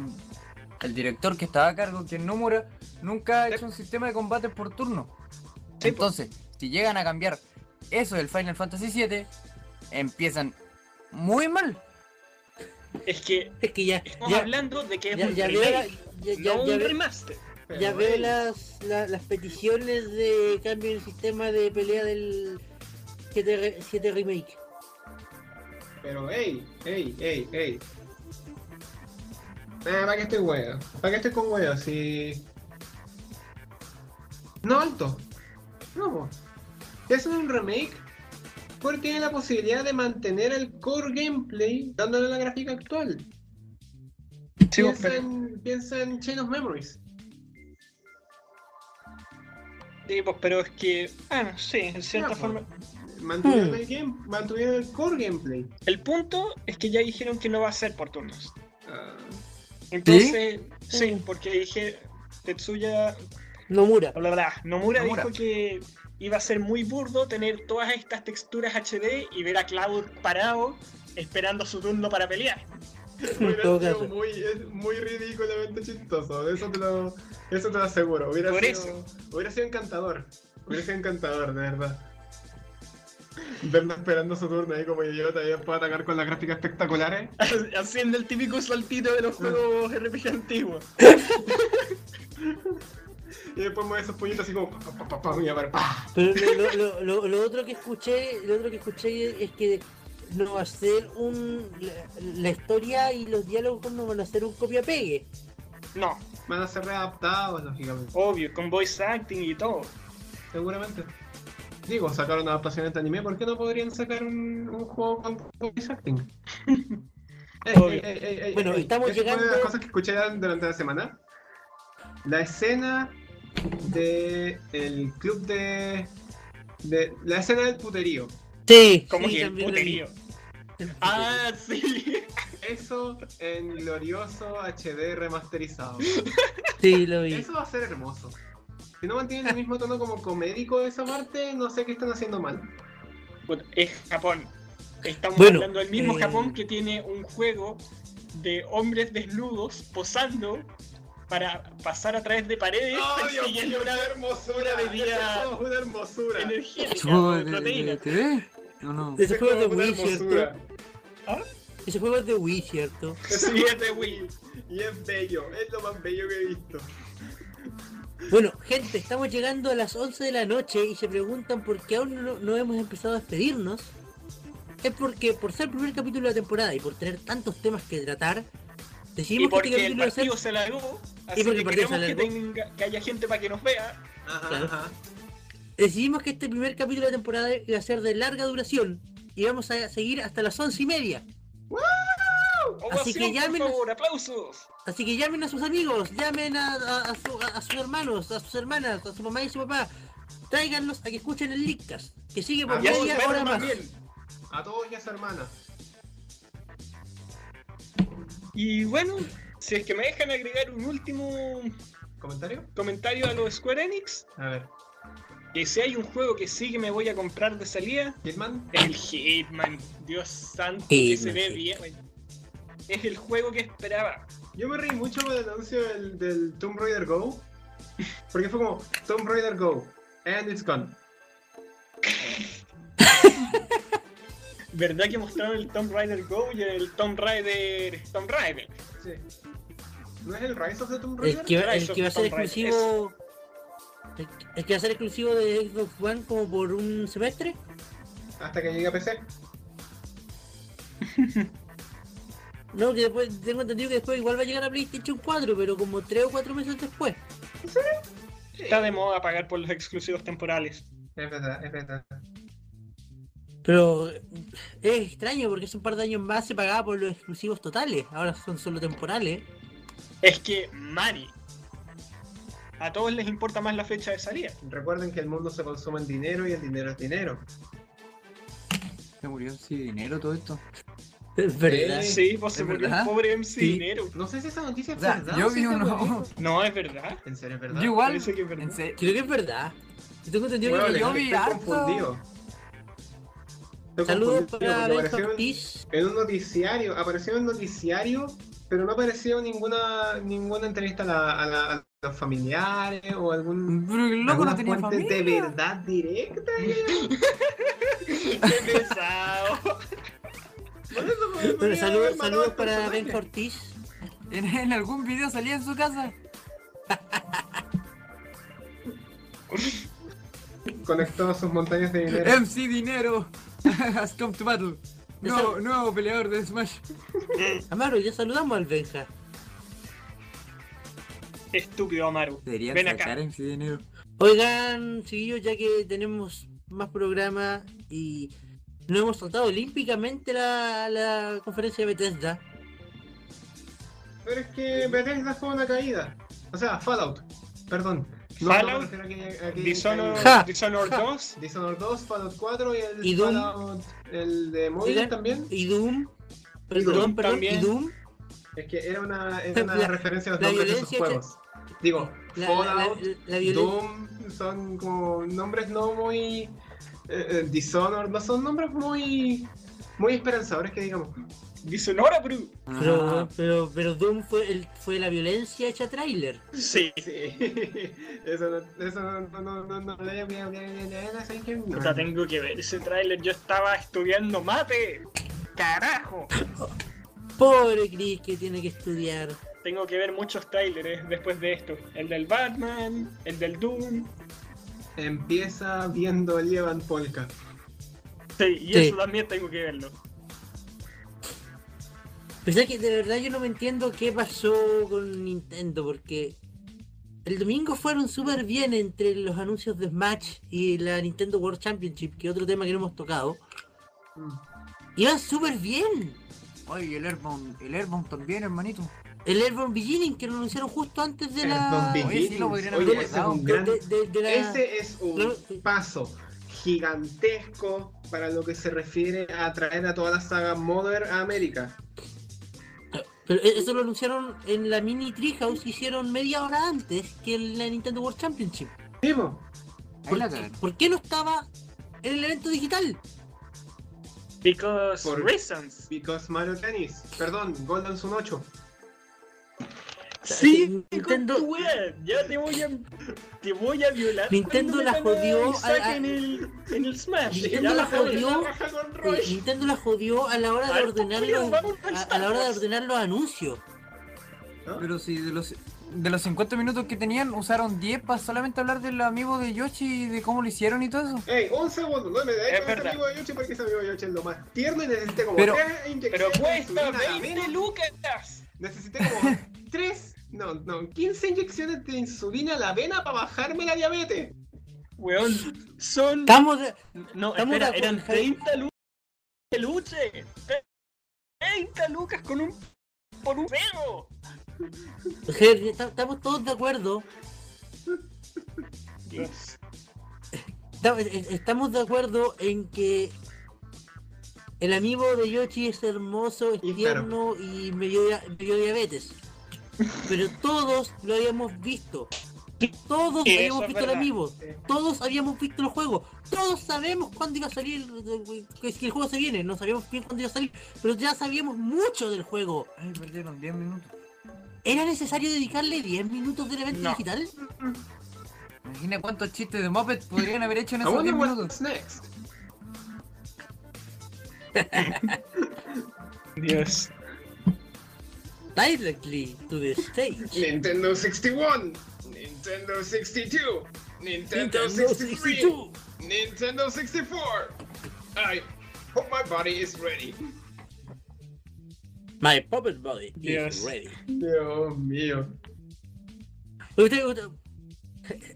el director que estaba a cargo, que es Nomura, nunca ha hecho un sistema de combate por turno.
Sí, pues. po.
Entonces, si llegan a cambiar eso del Final Fantasy VII, empiezan muy mal.
Es que
Es que ya.
estamos
ya-
hablando de que es
ya-
un
ya veo
remake,
la- ya- ya-
no
ya
un
veo-
remaster.
Pero,
Ya veo
hey,
las, la- las peticiones de cambio en el sistema de pelea del 7, re- 7 Remake.
Pero ey, ey, ey, ey. Ah, ¿para qué estoy huevo? ¿Para qué estoy con huevo? Si. No alto. No, po. Si hacen un remake, porque tiene la posibilidad de mantener el core gameplay dándole la gráfica actual.
Sí, po,
piensa,
pero-
en, piensa en Chain of Memories.
sí, po, pero es que, ah, sí, en cierta
Ya,
pues.
po.
forma.
Hmm.
Mantuvieron, el game, mantuvieron el core gameplay.
El punto es que ya dijeron que no va a ser por turnos.
Ah,
Entonces, sí,
Mm.
porque dije Tetsuya
Nomura.
bla, bla, bla, Nomura,
Nomura.
dijo que iba a ser muy burdo tener todas estas texturas HD y ver a Cloud parado esperando su turno para pelear.
Hubiera
todo
sido
caso.
muy, es muy ridículamente chistoso, eso te lo, eso te lo aseguro. Hubiera
Por
sido, hubiera sido encantador. Hubiera sido encantador, de verdad. Verlo esperando su turno ahí como yo todavía puedo atacar con las gráficas espectaculares.
Haciendo el típico saltito de
Mm.
los juegos RPG antiguos.
Y después mueve esos puñitos así como pa pa pa pa, y apare- pa.
Pero lo, lo- lo- lo- lo otro que escuché, lo otro que escuché es que no va a ser un la, la historia y los diálogos no van a ser un copia pegue.
No,
Van a ser readaptados, lógicamente.
obvio, con voice acting y todo.
Seguramente. Digo, sacaron adaptaciones de anime, ¿por qué no podrían sacar un, un juego con voice acting? Ey, ey,
Obvio.
ey, ey, ey,
Bueno,
ey,
estamos
esa fue una de las
llegando-
cosas que escuché durante la semana. La escena de el club de, de la escena del puterío.
Sí.
Como que el
también lo
puterío.
vi.
Ah, sí.
Eso en glorioso HD remasterizado.
Sí, lo vi.
Eso va a ser hermoso. Si no mantienen el mismo tono como comédico de esa parte, no sé qué están haciendo mal.
Bueno, es Japón. Estamos
Bueno,
hablando del mismo
eh,
Japón que tiene un juego de hombres desnudos posando para pasar a través de paredes
Oh,
persiguiendo una
hermosura!
una bebida-
Eso es una hermosura!
energética
Chupo,
o
eh,
de-
de proteína.
de TV? ¿O no?
Ese juego es de
Una
Wii,
hermosura.
¿cierto? Ese juego es de Wii, ¿cierto?
Sí, es de Wii.
Y es bello, es lo más bello que he visto.
Bueno, gente, estamos llegando a las 11 de la noche y se preguntan por qué aún no, no hemos empezado a despedirnos. Es porque por ser el primer capítulo de la temporada y por tener tantos temas que tratar,
Y
decidimos que este
porque el
capítulo iba a ser...
partido se alargó,
porque
así que
el partido se
queremos que,
alargó.
tenga- que haya gente para que nos vea.
Ajá,
Claro.
ajá.
Decidimos que este primer capítulo de la temporada iba a ser de larga duración y vamos a seguir hasta las once y media. Así que
Ovación, Oh, por
llámenos.
favor, aplausos.
Así que llamen a sus amigos, llamen a, a- a su- a- a sus hermanos, a sus hermanas, a su mamá y su papá. Tráiganlos a que escuchen el Lickcast, que sigue por
A
Y a
todos,
sus
media hora
perros
Ah, más.
también.
A todos y a su hermana.
Y bueno, si es que me dejan agregar un último
¿Comentario?
comentario a los Square Enix,
A ver.
Que si hay un juego que sí que me voy a comprar de salida,
Hitman.
es el Hitman. Dios santo, que se
Hitman,
ve
sí.
bien. Es el juego que esperaba.
Yo me reí mucho con el anuncio del, del Tomb Raider Go. Porque fue como Tomb Raider Go. And it's gone.
¿Verdad que mostraron el Tomb Raider Go y el Tomb Raider. Tomb Raider?
Sí. ¿No es el Rise of the Tomb
El
Raider?
que, va-
Rise
el que va a
of
ser
Tomb Raider,
exclusivo. El, el que va a ser exclusivo de Xbox One como por un semestre.
Hasta que llegue a PC.
No, que después tengo entendido que después igual va a llegar a PlayStation 4, pero como 3 o 4 meses después.
Está de moda pagar por los exclusivos temporales.
Es verdad, es verdad.
Pero eh, es extraño porque hace un par de años más se pagaba por los exclusivos totales. Ahora son solo temporales.
Es que, Mari, a todos les importa más la fecha de salida.
Recuerden que el mundo se consume en dinero y el dinero es dinero.
Se murió sin dinero todo esto.
Es verdad.
Sí.
Sí, pues se
Ah, ¿Es
murió
verdad?
el pobre MC
Sí.
Dinero.
No sé si esa noticia es
O sea,
verdad.
yo
sí
vi
está
uno.
bonito.
No, es verdad.
¿En serio es verdad?
Yo igual.
Parece que es verdad.
en serio,
Creo que es verdad. Yo tengo entendido
Bueno,
que
yo
yo
vi
vi.
estoy
harto.
confundido. Estoy
Saludos
confundido,
para
porque
Benja
apareció en-
Ortiz.
en un noticiario, apareció en un noticiario, pero no apareció ninguna ninguna entrevista a, la- a la- a los familiares o algún
Pero el loco no
alguna
tenía
fuente
familia.
de verdad directa.
Qué pesado.
Por eso me- me
Pero
voy a
saludos,
haber matado
saludos
al
para
personaje.
Benja Ortiz.
En, en algún video salía en su casa.
Conectó sus montañas de dinero.
MC Dinero has come to battle. Nuevo, nuevo peleador de Smash.
Amaro, ya saludamos al Benja.
Estúpido Amaru.
Deberían
Ven acá.
sacar MC Dinero.
Oigan, chiquillos, ya que tenemos más programa y no hemos saltado olímpicamente la, la conferencia de Bethesda.
Pero es que Bethesda fue una caída. O sea, Fallout. Perdón.
Fallout,
me refiero a que- a que-
Dishonored,
Ja.
Dishonored 2.
Dishonored 2, Fallout 4 y el
¿Y Doom?
Fallout el de móvil
Oigan.
también.
Y Doom. Perdón,
Doom
perdón,
también.
y Doom.
Es que era una, era una
La-
referencia a los
la
nombres de sus
violencia que-
juegos. Digo,
La, la, la,
Fallout,
la violen-
Doom son como nombres no muy. eh, eh, Dishonored, no son nombres muy. muy esperanzadores que digamos.
Dishonored, bro.
Pero, pero, pero Doom fue, el, fue la violencia hecha tráiler.
Sí.
Sí. Eso no, eso no, no, no, no, no, no, no, no,
Puta,
no, no.
tengo que ver ese tráiler. Yo estaba estudiando mate. Carajo.
Pobre Chris que tiene que estudiar.
Tengo que ver muchos tráileres después de esto. El del Batman, el del Doom.
Empieza viendo Levan Polka.
Sí, y
Sí.
eso también tengo que verlo.
Pero es que de verdad yo no me entiendo qué pasó con Nintendo, porque el domingo fueron súper bien entre los anuncios de Smash y la Nintendo World Championship, que es otro tema que no hemos tocado.
Mm.
Iban súper bien.
Oye, el Airbound, el Airbound también, hermanito.
El Airborne Beginning que lo anunciaron justo antes de la.
Airborne
Oye, sí lo
Beginnings.
podrían
Eh, Oye,
haber
ese es un gran-
guardado.
de- de- de la-
Ese es un
Claro.
paso gigantesco para lo que se refiere a traer a toda la saga Modern a América.
Pero e- eso lo anunciaron en la mini Treehouse que hicieron media hora antes que en la Nintendo World Championship.
Mimo,
Ahí
¿Por,
la
qué-
cagaron.
por qué no estaba en el evento digital?
Because
Por-
reasons.
because Mario Tennis, perdón, Golden Sun 8.
Sí,
Sí, Nintendo-
con tu wea, ya te voy a te voy a violar.
Nintendo
cuando
la
metan
jodió
a Isaac
a- a-
en el en el Smash.
Nintendo
Ya
la
vas a ver
jodió.
raja con Roy.
Nintendo la jodió a la hora de
Alto
ordenar
culiao,
los,
vamos pa'l
a, a
Star
la hora de
Wars.
ordenar los anuncios.
Pero si de los, de los 50 minutos que tenían, usaron 10 para solamente hablar del amigo de Yoshi y de cómo lo hicieron y todo eso.
Ey, un segundo, no me da
Es
ese
verdad.
amigo de Yoshi porque ese amigo de Yoshi es lo más tierno y necesité como
Pero-
tres inyecciones
Pero
de
cuesta
insulina a la
20
vena.
lucas.
Necesité como tres, no, no, 15 inyecciones de insulina a la vena para bajarme la diabetes.
Weón, son
Estamos
eh.
de-
no,
estamos
espera,
de
eran
acuerdo.
30 lucas de peluche. 30 lucas con un por un feo.
Ger- esta- estamos todos de acuerdo. Esta- e- Estamos de acuerdo en que el amigo de Yoshi es hermoso, es
Y
tierno y me dio, dia- me dio diabetes. Pero todos lo habíamos visto. Todos
Sí, eso
habíamos
es
visto el
verdad.
amigo.
Sí.
Todos habíamos visto el juego. Todos sabemos cuándo iba a salir. eh, Que que el juego se viene. No sabíamos bien cuándo iba a salir. Pero ya sabíamos mucho del juego.
Ay, perdieron 10 minutos.
¿Era necesario dedicarle 10 minutos del evento
No.
digital?
Imagina cuántos chistes de Muppet podrían haber hecho en
I
esos 10
wonder what's
minutos.
next.
Dios.
Directly to the stage.
Nintendo 61, Nintendo 62, Nintendo,
Nintendo
63,
62.
Nintendo 64. I hope my body is ready.
My puppet body
Yes.
is ready.
Dios mío.
Usted- usted-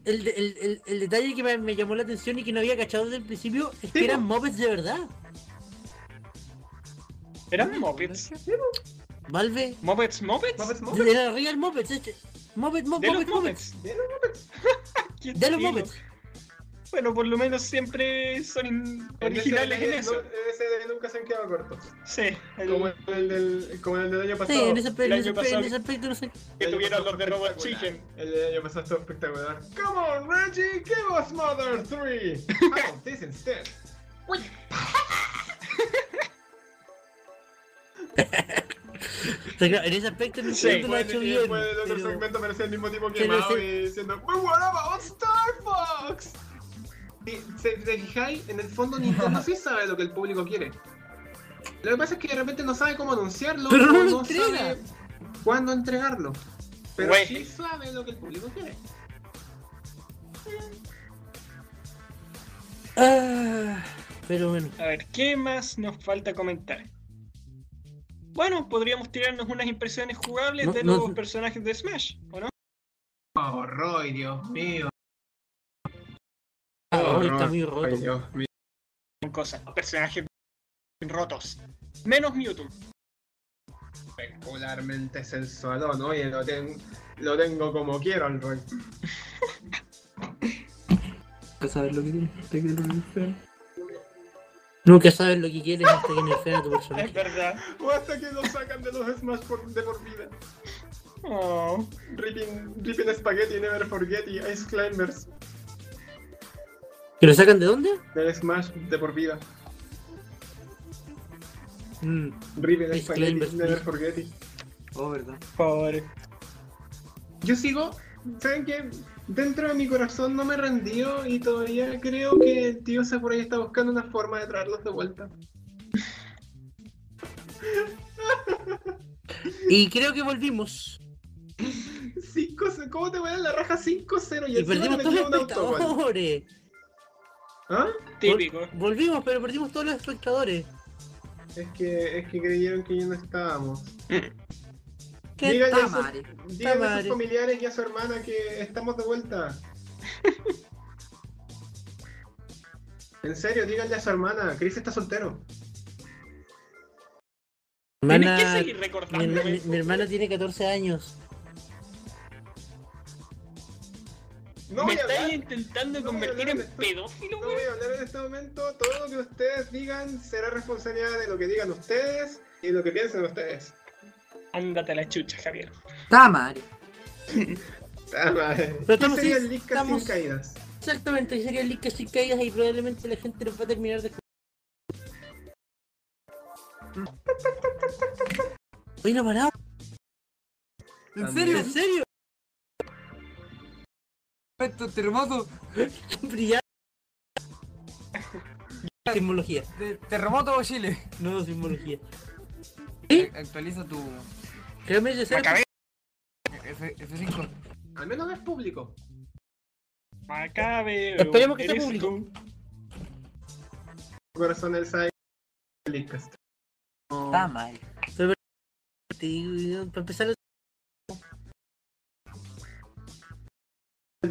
el, de- el- el- el detalle que me, me llamó la atención y que no había cachado desde el principio es que
Sí,
eran
po.
mopeds de verdad.
¿Eran Muppets?
Valve.
¿Muppets, Muppets?
Muppets Muppets.
Era Real Muppets, este. Muppet,
De
Muppet,
los
Muppet, Muppet.
Muppets. Qué
De los
estilo.
Muppets.
Bueno, por lo menos siempre son in- originales en eso.
Ese de nunca se han quedado cortos.
Sí, el-
Como el del, como el del año pasado.
Sí, en ese, pe- en
El
ese
año
pe- en
pasado-
ese aspecto no sé.
que
El año
tuvieron
pasado
los de
fue
Robot
espectacular.
Chicken.
El del año pasado estuvo espectacular. Come on, Reggie, give us Mother 3. How about this instead?
Pero claro, En ese aspecto no
Sí,
sé. lo ha
Después
hecho
de-
bien.
después del otro
pero-
segmento aparecía el mismo tipo
pero
quemado
ese-
y diciendo ¡We were about Star Fox! Y se, te fijáis, en el fondo Nintendo sí sabe lo que el público quiere. Lo que pasa es que de repente no sabe cómo anunciarlo,
Pero no
o
lo entrega.
sabe cuándo entregarlo. Pero
Güey.
sí sabe lo que el público quiere.
Ah, pero bueno.
A ver, ¿qué más nos falta comentar? Bueno, podríamos tirarnos unas impresiones jugables
No,
de
no-
los personajes de Smash, ¿o no?
Oh, Roy, Dios mío.
Ah, hoy está muy
Oh, Ay,
roto.
Dios mío.
Son cosas, personajes rotos. Menos Mewtwo.
Espectacularmente sensualón, oye, lo, ten- lo tengo como quiero al Roy.
Nunca sabes lo que tiene. te quiero ver.
Nunca sabes lo que quieres hasta que nerfean a tu
Es
personaje.
verdad.
O hasta que lo sacan de los Smash por, de por vida.
Oh.
Ripping, ripping Spaghetti, Never Forget y Ice Climbers.
¿Que lo sacan de dónde?
Del Smash de por vida.
Mm,
Ripping
Ice
Spaghetti,
Climbers,
Never
sí.
Forget.
oh, verdad.
Pobre.
Yo sigo, ¿saben qué? Dentro de mi corazón no me rendió y todavía creo que el tío Sakurai está buscando una forma de traerlos de vuelta.
Y creo que volvimos.
Cinco, ¿Cómo te voy a dar la raja 5-0 y,
Y
encima le
perdimos todos los
metió un autogol?
espectadores.
¿Ah?
Típico.
Volvimos, pero perdimos todos los espectadores.
Es que, es que creyeron que ya no estábamos.
¿Qué
Díganle a
está
sus-
madre?
Díganle a
madre.
sus familiares y a su hermana que estamos de vuelta. en serio, díganle a su hermana. Chris está soltero.
Mi
Tienes que seguir
mi,
recordándome.
mi- mi hermana tiene 14 años.
No
¿Me
voy a
estáis
hablar.
intentando
No voy a
convertir
hablar
en
de esto.
pedófilo,
No
güey?
voy a hablar en este momento. Todo lo que ustedes digan será responsabilidad de lo que digan ustedes y lo que piensen ustedes.
Ándate a la chucha, Javier.
Está madre.
Ah, madre.
Pero estamos-
¿Qué sería
sí,
el Lick sin
estamos-
caídas?
Exactamente, y sería el link sin caídas y probablemente la gente nos va a terminar de. Hoy no parado.
¿En
También.
serio?
¿En serio?
Perfecto, terremoto.
Brillante. Sismología,
de- terremoto o Chile.
no sismología.
Actualiza tu
Realmente
La cabeza.
F- F5.
Al menos es público.
Macabe.
Esperemos que sea
eres
público.
tú.
Corazón del side. Lickcast.
Está mal.
Te digo, para empezar,
El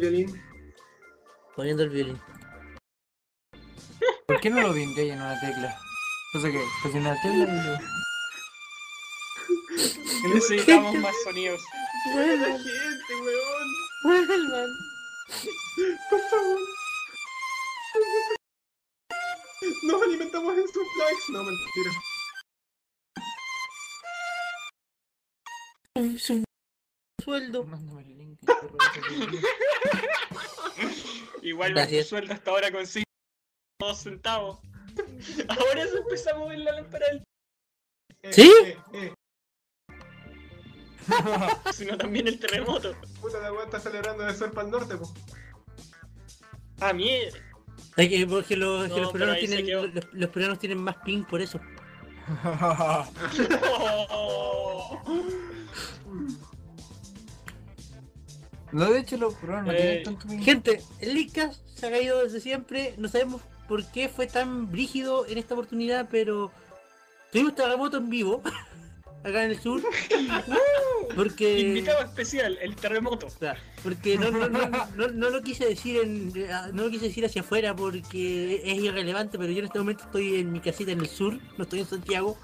violín.
poniendo el violín.
¿Por qué no lo pinté en una tecla? No sé qué, presioné Pues la tecla y lo-
Necesitamos más sonidos.
Buena gente, weón.
Vuelvan.
Por favor. Nos alimentamos en suplex. No, mentira.
Su- Su sueldo.
Mándame el link. por favor.
Igual nuestro
Gracias.
sueldo hasta ahora con 5 centavos. Ahora se empieza a mover la lámpara del
Eh,
¿Sí?
eh, eh.
sino también el terremoto.
Puta, la weá está celebrando de sur para el norte, po.
Ah, mierda.
Es que, porque los, es que
No,
los
pero
peruanos
ahí se quedó.
tienen, los, los peruanos tienen más ping por eso.
Oh.
No, de hecho, los peruanos no
Eh,
tienen tanto miedo.
Gente, el Lickas se ha caído desde siempre. No sabemos por qué fue tan brígido en esta oportunidad, pero tuvimos terremoto en vivo acá en el sur. porque
Invitado especial, el terremoto.
claro, porque no, no, no, no- no lo quise decir en, eh, no lo quise decir hacia afuera porque es irrelevante, pero yo en este momento estoy en mi casita en el sur, no estoy en Santiago.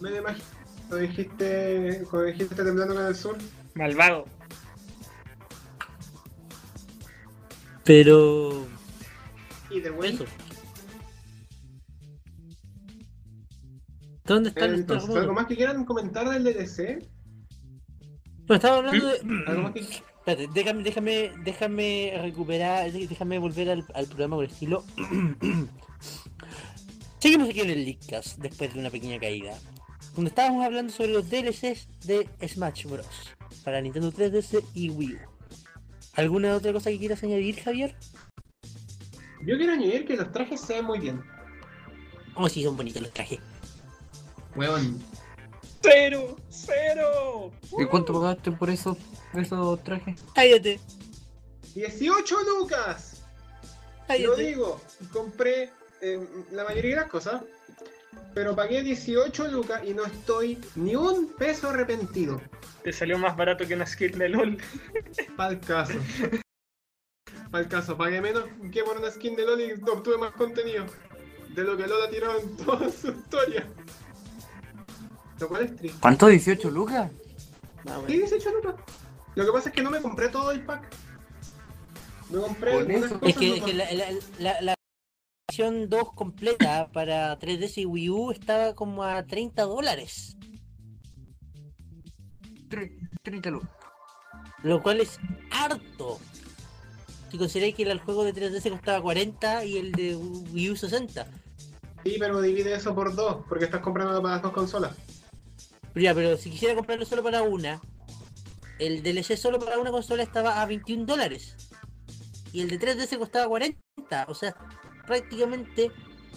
Me lo imagino. Lo dijiste cuando dijiste temblando en el sur.
Malvado.
Pero
Y de vuelta.
eso. ¿Dónde están estos
Entonces, ¿algo
runos?
más que quieran comentar del DLC?
No, estaba hablando de.
¿Algo más que
Espérate, déjame, déjame, déjame recuperar, déjame volver al, al programa por el estilo. Seguimos aquí en el Leakcast después de una pequeña caída. Donde estábamos hablando sobre los DLCs de Smash Bros. para Nintendo 3DS y Wii U. ¿Alguna otra cosa que quieras añadir, Javier?
Yo quiero añadir que los trajes se ven muy bien.
Oh, sí, son bonitos los trajes.
Weón.
¡Cero! ¡Cero!
¿Y cuánto pagaste por esos, esos trajes?
Cállate,
18 lucas. Lo
cállate.
digo. Compré eh, la mayoría de las cosas. Pero pagué 18 lucas y no estoy ni un peso arrepentido.
Te salió más barato que una skin de LOL.
Pa'l caso. Pa'l caso, pagué menos que por una skin de LOL y obtuve más contenido de lo que LOL ha tirado en toda su historia. Lo cual es triste.
¿Cuánto? ¿18 lucas?
Ah,
¿Qué 18 lucas? Lo que pasa es que no me compré todo el pack. Me compré
Por
algunas
eso.
cosas
Es que, es
nomás.
que la, la, la- la versión 2 completa para 3DS y Wii U estaba como a 30 dólares.
Tre- 30 lucas.
Lo cual es harto. Si consideráis que el juego de 3DS costaba 40 y el de Wii U 60.
Sí, pero divide eso por dos, porque estás comprando para las dos consolas.
Pero ya, pero si quisiera comprarlo solo para una, el DLC solo para una consola estaba a 21 dólares. Y el de 3DS costaba 40. O sea, prácticamente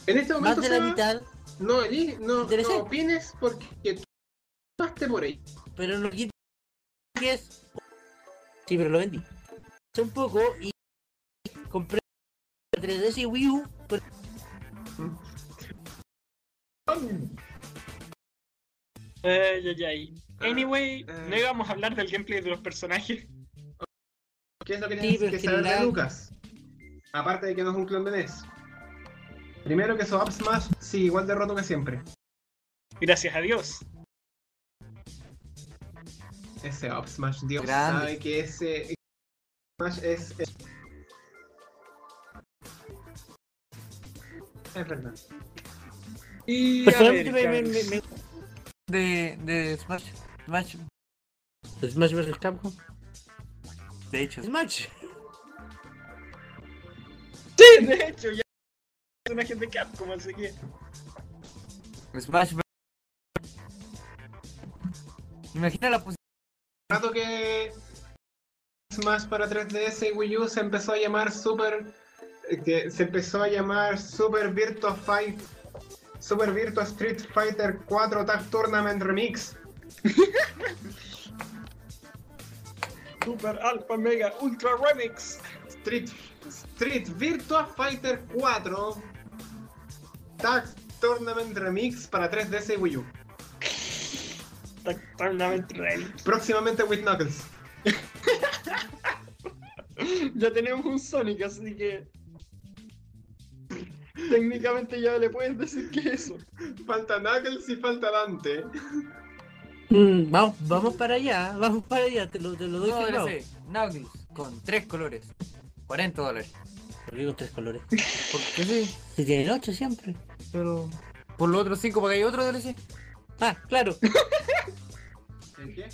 En este
más
momento,
de la
Seba,
mitad,
no, allí, no,
¿Interesa?
no opines porque tú pasaste por ahí.
pero no quito que es. Sí, pero lo vendí. Hace un poco y compré el 3DS y Wii U por
Ay, ay, ay. Anyway,
Ah.
no íbamos a hablar del gameplay de los personajes.
¿Qué es lo que
Sí,
tienes
pero
que
es que
saber de
la-
Lucas? Aparte de que no es un clon de NES. Primero que su Up Smash sigue igual de roto que siempre.
Gracias a Dios.
Ese Up Smash, Dios
Grande.
sabe que ese Smash es... Es, es verdad.
Y a ver,
Personalmente me, me, me,
cabros.
me-
De, de Smash. Smash.
Smash vs Capcom.
De hecho.
Smash.
Sí, de hecho, ya. Personajes de Capcom, así que.
Smash. Imagina la posibilidad.
rato que Smash para 3DS y Wii U se empezó a llamar Super eh, que se empezó a llamar Super Virtua Fight Super Virtua Street Fighter 4 Tag Tournament Remix
Super Alpha Mega Ultra Remix.
Street Street Virtua Fighter 4 Tag Tournament Remix para 3DS y Wii U
Tac- Tournament Remix.
próximamente with Knuckles
Ya tenemos un Sonic, así que. Técnicamente ya le puedes decir que eso.
falta Knuckles y falta Dante
Mm, vamos, vamos para allá, vamos para allá, te lo, te lo doy
No,
firmado.
DLC, Nautilus, con tres colores. 40 dólares.
¿Por qué con tres colores?
Porque sí,
Si tienen ocho siempre.
pero. Por los otros cinco, porque hay otro DLC.
Ah, claro.
¿El qué?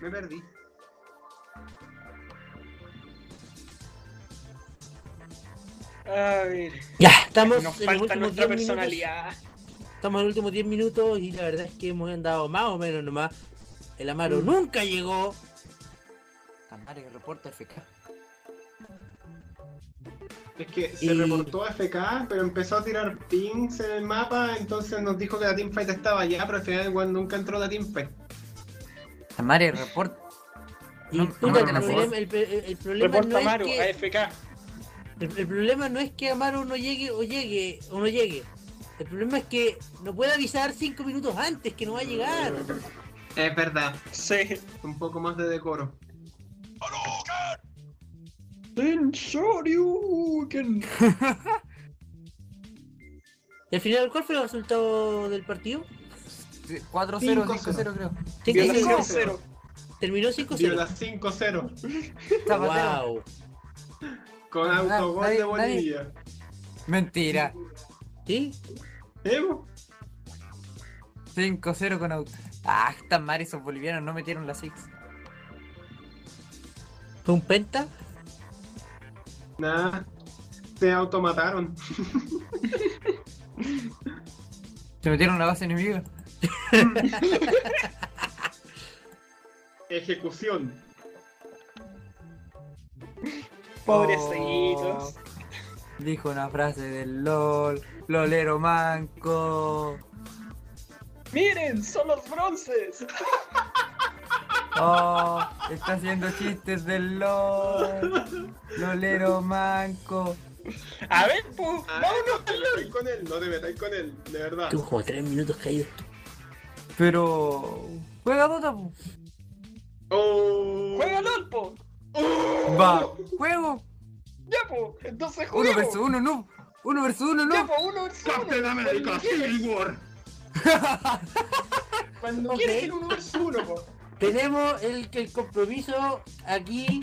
me perdí
A ver.
Ya, estamos en los
Nos falta
últimos
nuestra
10 minutos.
personalidad.
Estamos en los últimos 10 minutos y la verdad es que hemos andado más o menos nomás. El Amaro
Mm.
nunca llegó.
Canales reporta FK.
Es que se
Y-
reportó a FK, pero empezó a tirar pings en el mapa, entonces nos dijo que la teamfight estaba allá, pero al final igual nunca entró la teamfight.
Amare reporta.
Y
No,
puta,
no me
el,
conoces.
problema, el, el- el problema
Reporta
no es
Maru,
que,
AFK.
el, el problema no es que Amaro no llegue o llegue o no llegue. El problema es que no puede avisar 5 minutos antes que no va a llegar.
Es verdad,
Sí.
un poco más de decoro.
Sensoriuken.
Y al final, ¿cuál fue el resultado del partido?
4-0,
5-0.
5-0 creo.
Violación
5-0.
cero.
Terminó 5-0.
Viola 5-0.
Zapatero.
Wow.
Con
Ah,
autogol
nadie-
de Bolivia.
Mentira.
¿Sí?
¿Eh, po?
5-0 con auto. Ah, están mal esos bolivianos, no metieron la 6.
¿Fue un penta?
Nada. Se automataron.
Se metieron la base enemiga.
Ejecución.
Pobrecitos.
Oh.
Oh. Dijo una frase del LOL, LOLero manco.
Miren, son los bronces.
Oh, está haciendo chistes del LOL, LOLero manco.
A ver, pues,
Ah,
vámonos
No te metáis con él, no te metáis con él, de verdad.
Tuvo como 3 minutos caído.
Pero. Juega Dota, po.
Oh.
Juega LOL, po.
Va, juego.
Ya, po. Entonces
Uno
juguemos.
versus uno, no. Uno versus uno,
Ya,
no.
po, uno versus uno.
Captain America
Cuando quieres,
Civil War.
cuando
Ok.
quieres el uno versus uno, po.
Tenemos el, el compromiso aquí.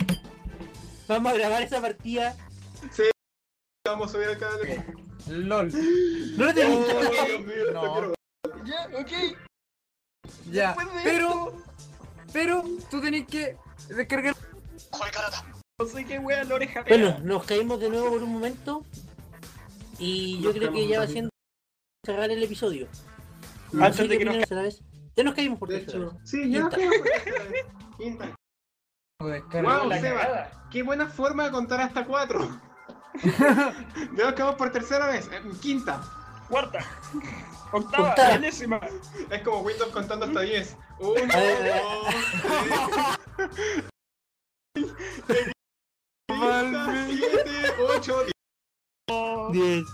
Vamos a grabar esa partida.
Vamos a subir al canal de.
LOL.
No lo
Oh,
tenemos.
Dios mío,
No.
esto quiero-
Ya, ok.
Ya.
Después de
Pero,
esto,
pero, tú tenés que descargar.
no sé qué wea la oreja pega.
Bueno, nos caímos de nuevo por un momento. Y yo
Nos
creo que
caemos
ya va
también.
siendo cerrar el episodio. No
Antes
sé
de
qué
que nos
opinan ustedes. Ya nos caímos por
De
tercera
hecho,
vez.
sí, ya.
Quinta.
fue, fue, fue. Quinta.
caiga
Wow,
la
Seba.
cagada.
Qué buena forma de contar hasta cuatro. Veo que vamos por tercera vez. eh, Quinta.
Cuarta. Octava.
Octava.
Décima.
Es como Windows contando hasta 10. Uno,
A ver,
dos, tres.
Valve.
7, 8, 10.
Bien.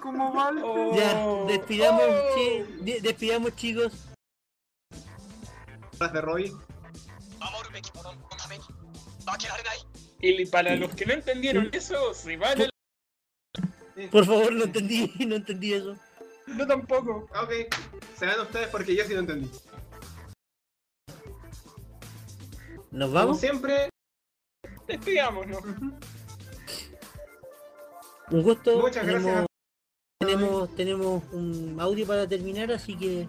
¿Cómo mal?
Oh.
Ya, despidamos,
Oh.
che- de- despidamos chicos.
Las de Roy.
Y para los que no entendieron eso, si van el...
Por favor, no entendí, no entendí eso.
Yo tampoco.
Ok, se dan ustedes porque yo sí lo entendí.
¿Nos
Como
vamos?
siempre,
Despidámonos.
Un gusto.
muchas gracias.
tenemos, tenemos, tenemos un audio para terminar, así que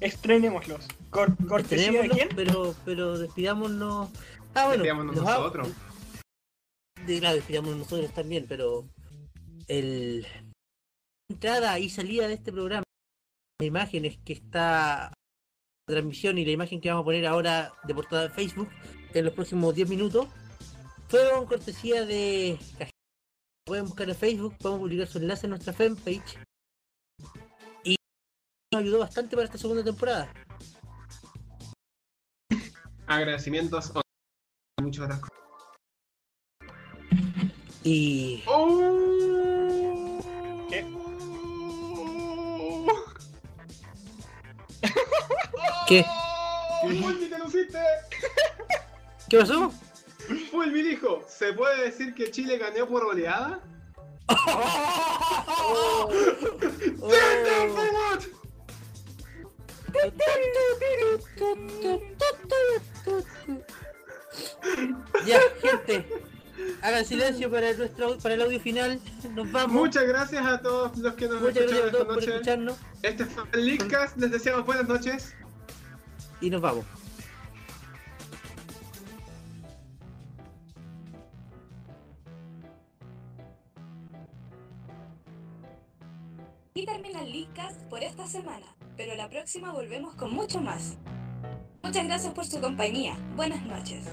Estrenémoslos. Cor ¿Cortesía de
estrenémoslo,
quién?
pero, pero despidámonos. Ah, bueno.
Despidámonos
los au-
nosotros.
de- claro, despidámonos nosotros también, pero el entrada y salida de este programa, la imagen es que está la transmisión y la imagen que vamos a poner ahora de portada de Facebook en los próximos 10 minutos, fueron cortesía de Cajita. Pueden buscar en Facebook, vamos a publicar su enlace en nuestra fanpage. Y nos ayudó bastante para esta segunda temporada.
Agradecimientos. Muchas gracias.
Y
¡Oh!
¿Qué?
¿Qué?
¡Fulmi, te luciste!
¿Qué pasó?
Fulmi dijo: ¿se puede decir que Chile ganó por oleada?
Oh.
¡Tender for what?
Ya, gente. Hagan silencio para nuestro para el audio final. Nos vamos.
Muchas gracias a todos los que nos
Muchas gracias
escucharon
a todos
esta
por
noche.
escucharnos.
Este fue el Leadcast. Les deseamos buenas noches.
Y nos vamos.
Y termina el Leadcast por esta semana, pero la próxima volvemos con mucho más. Muchas gracias por su compañía. Buenas noches.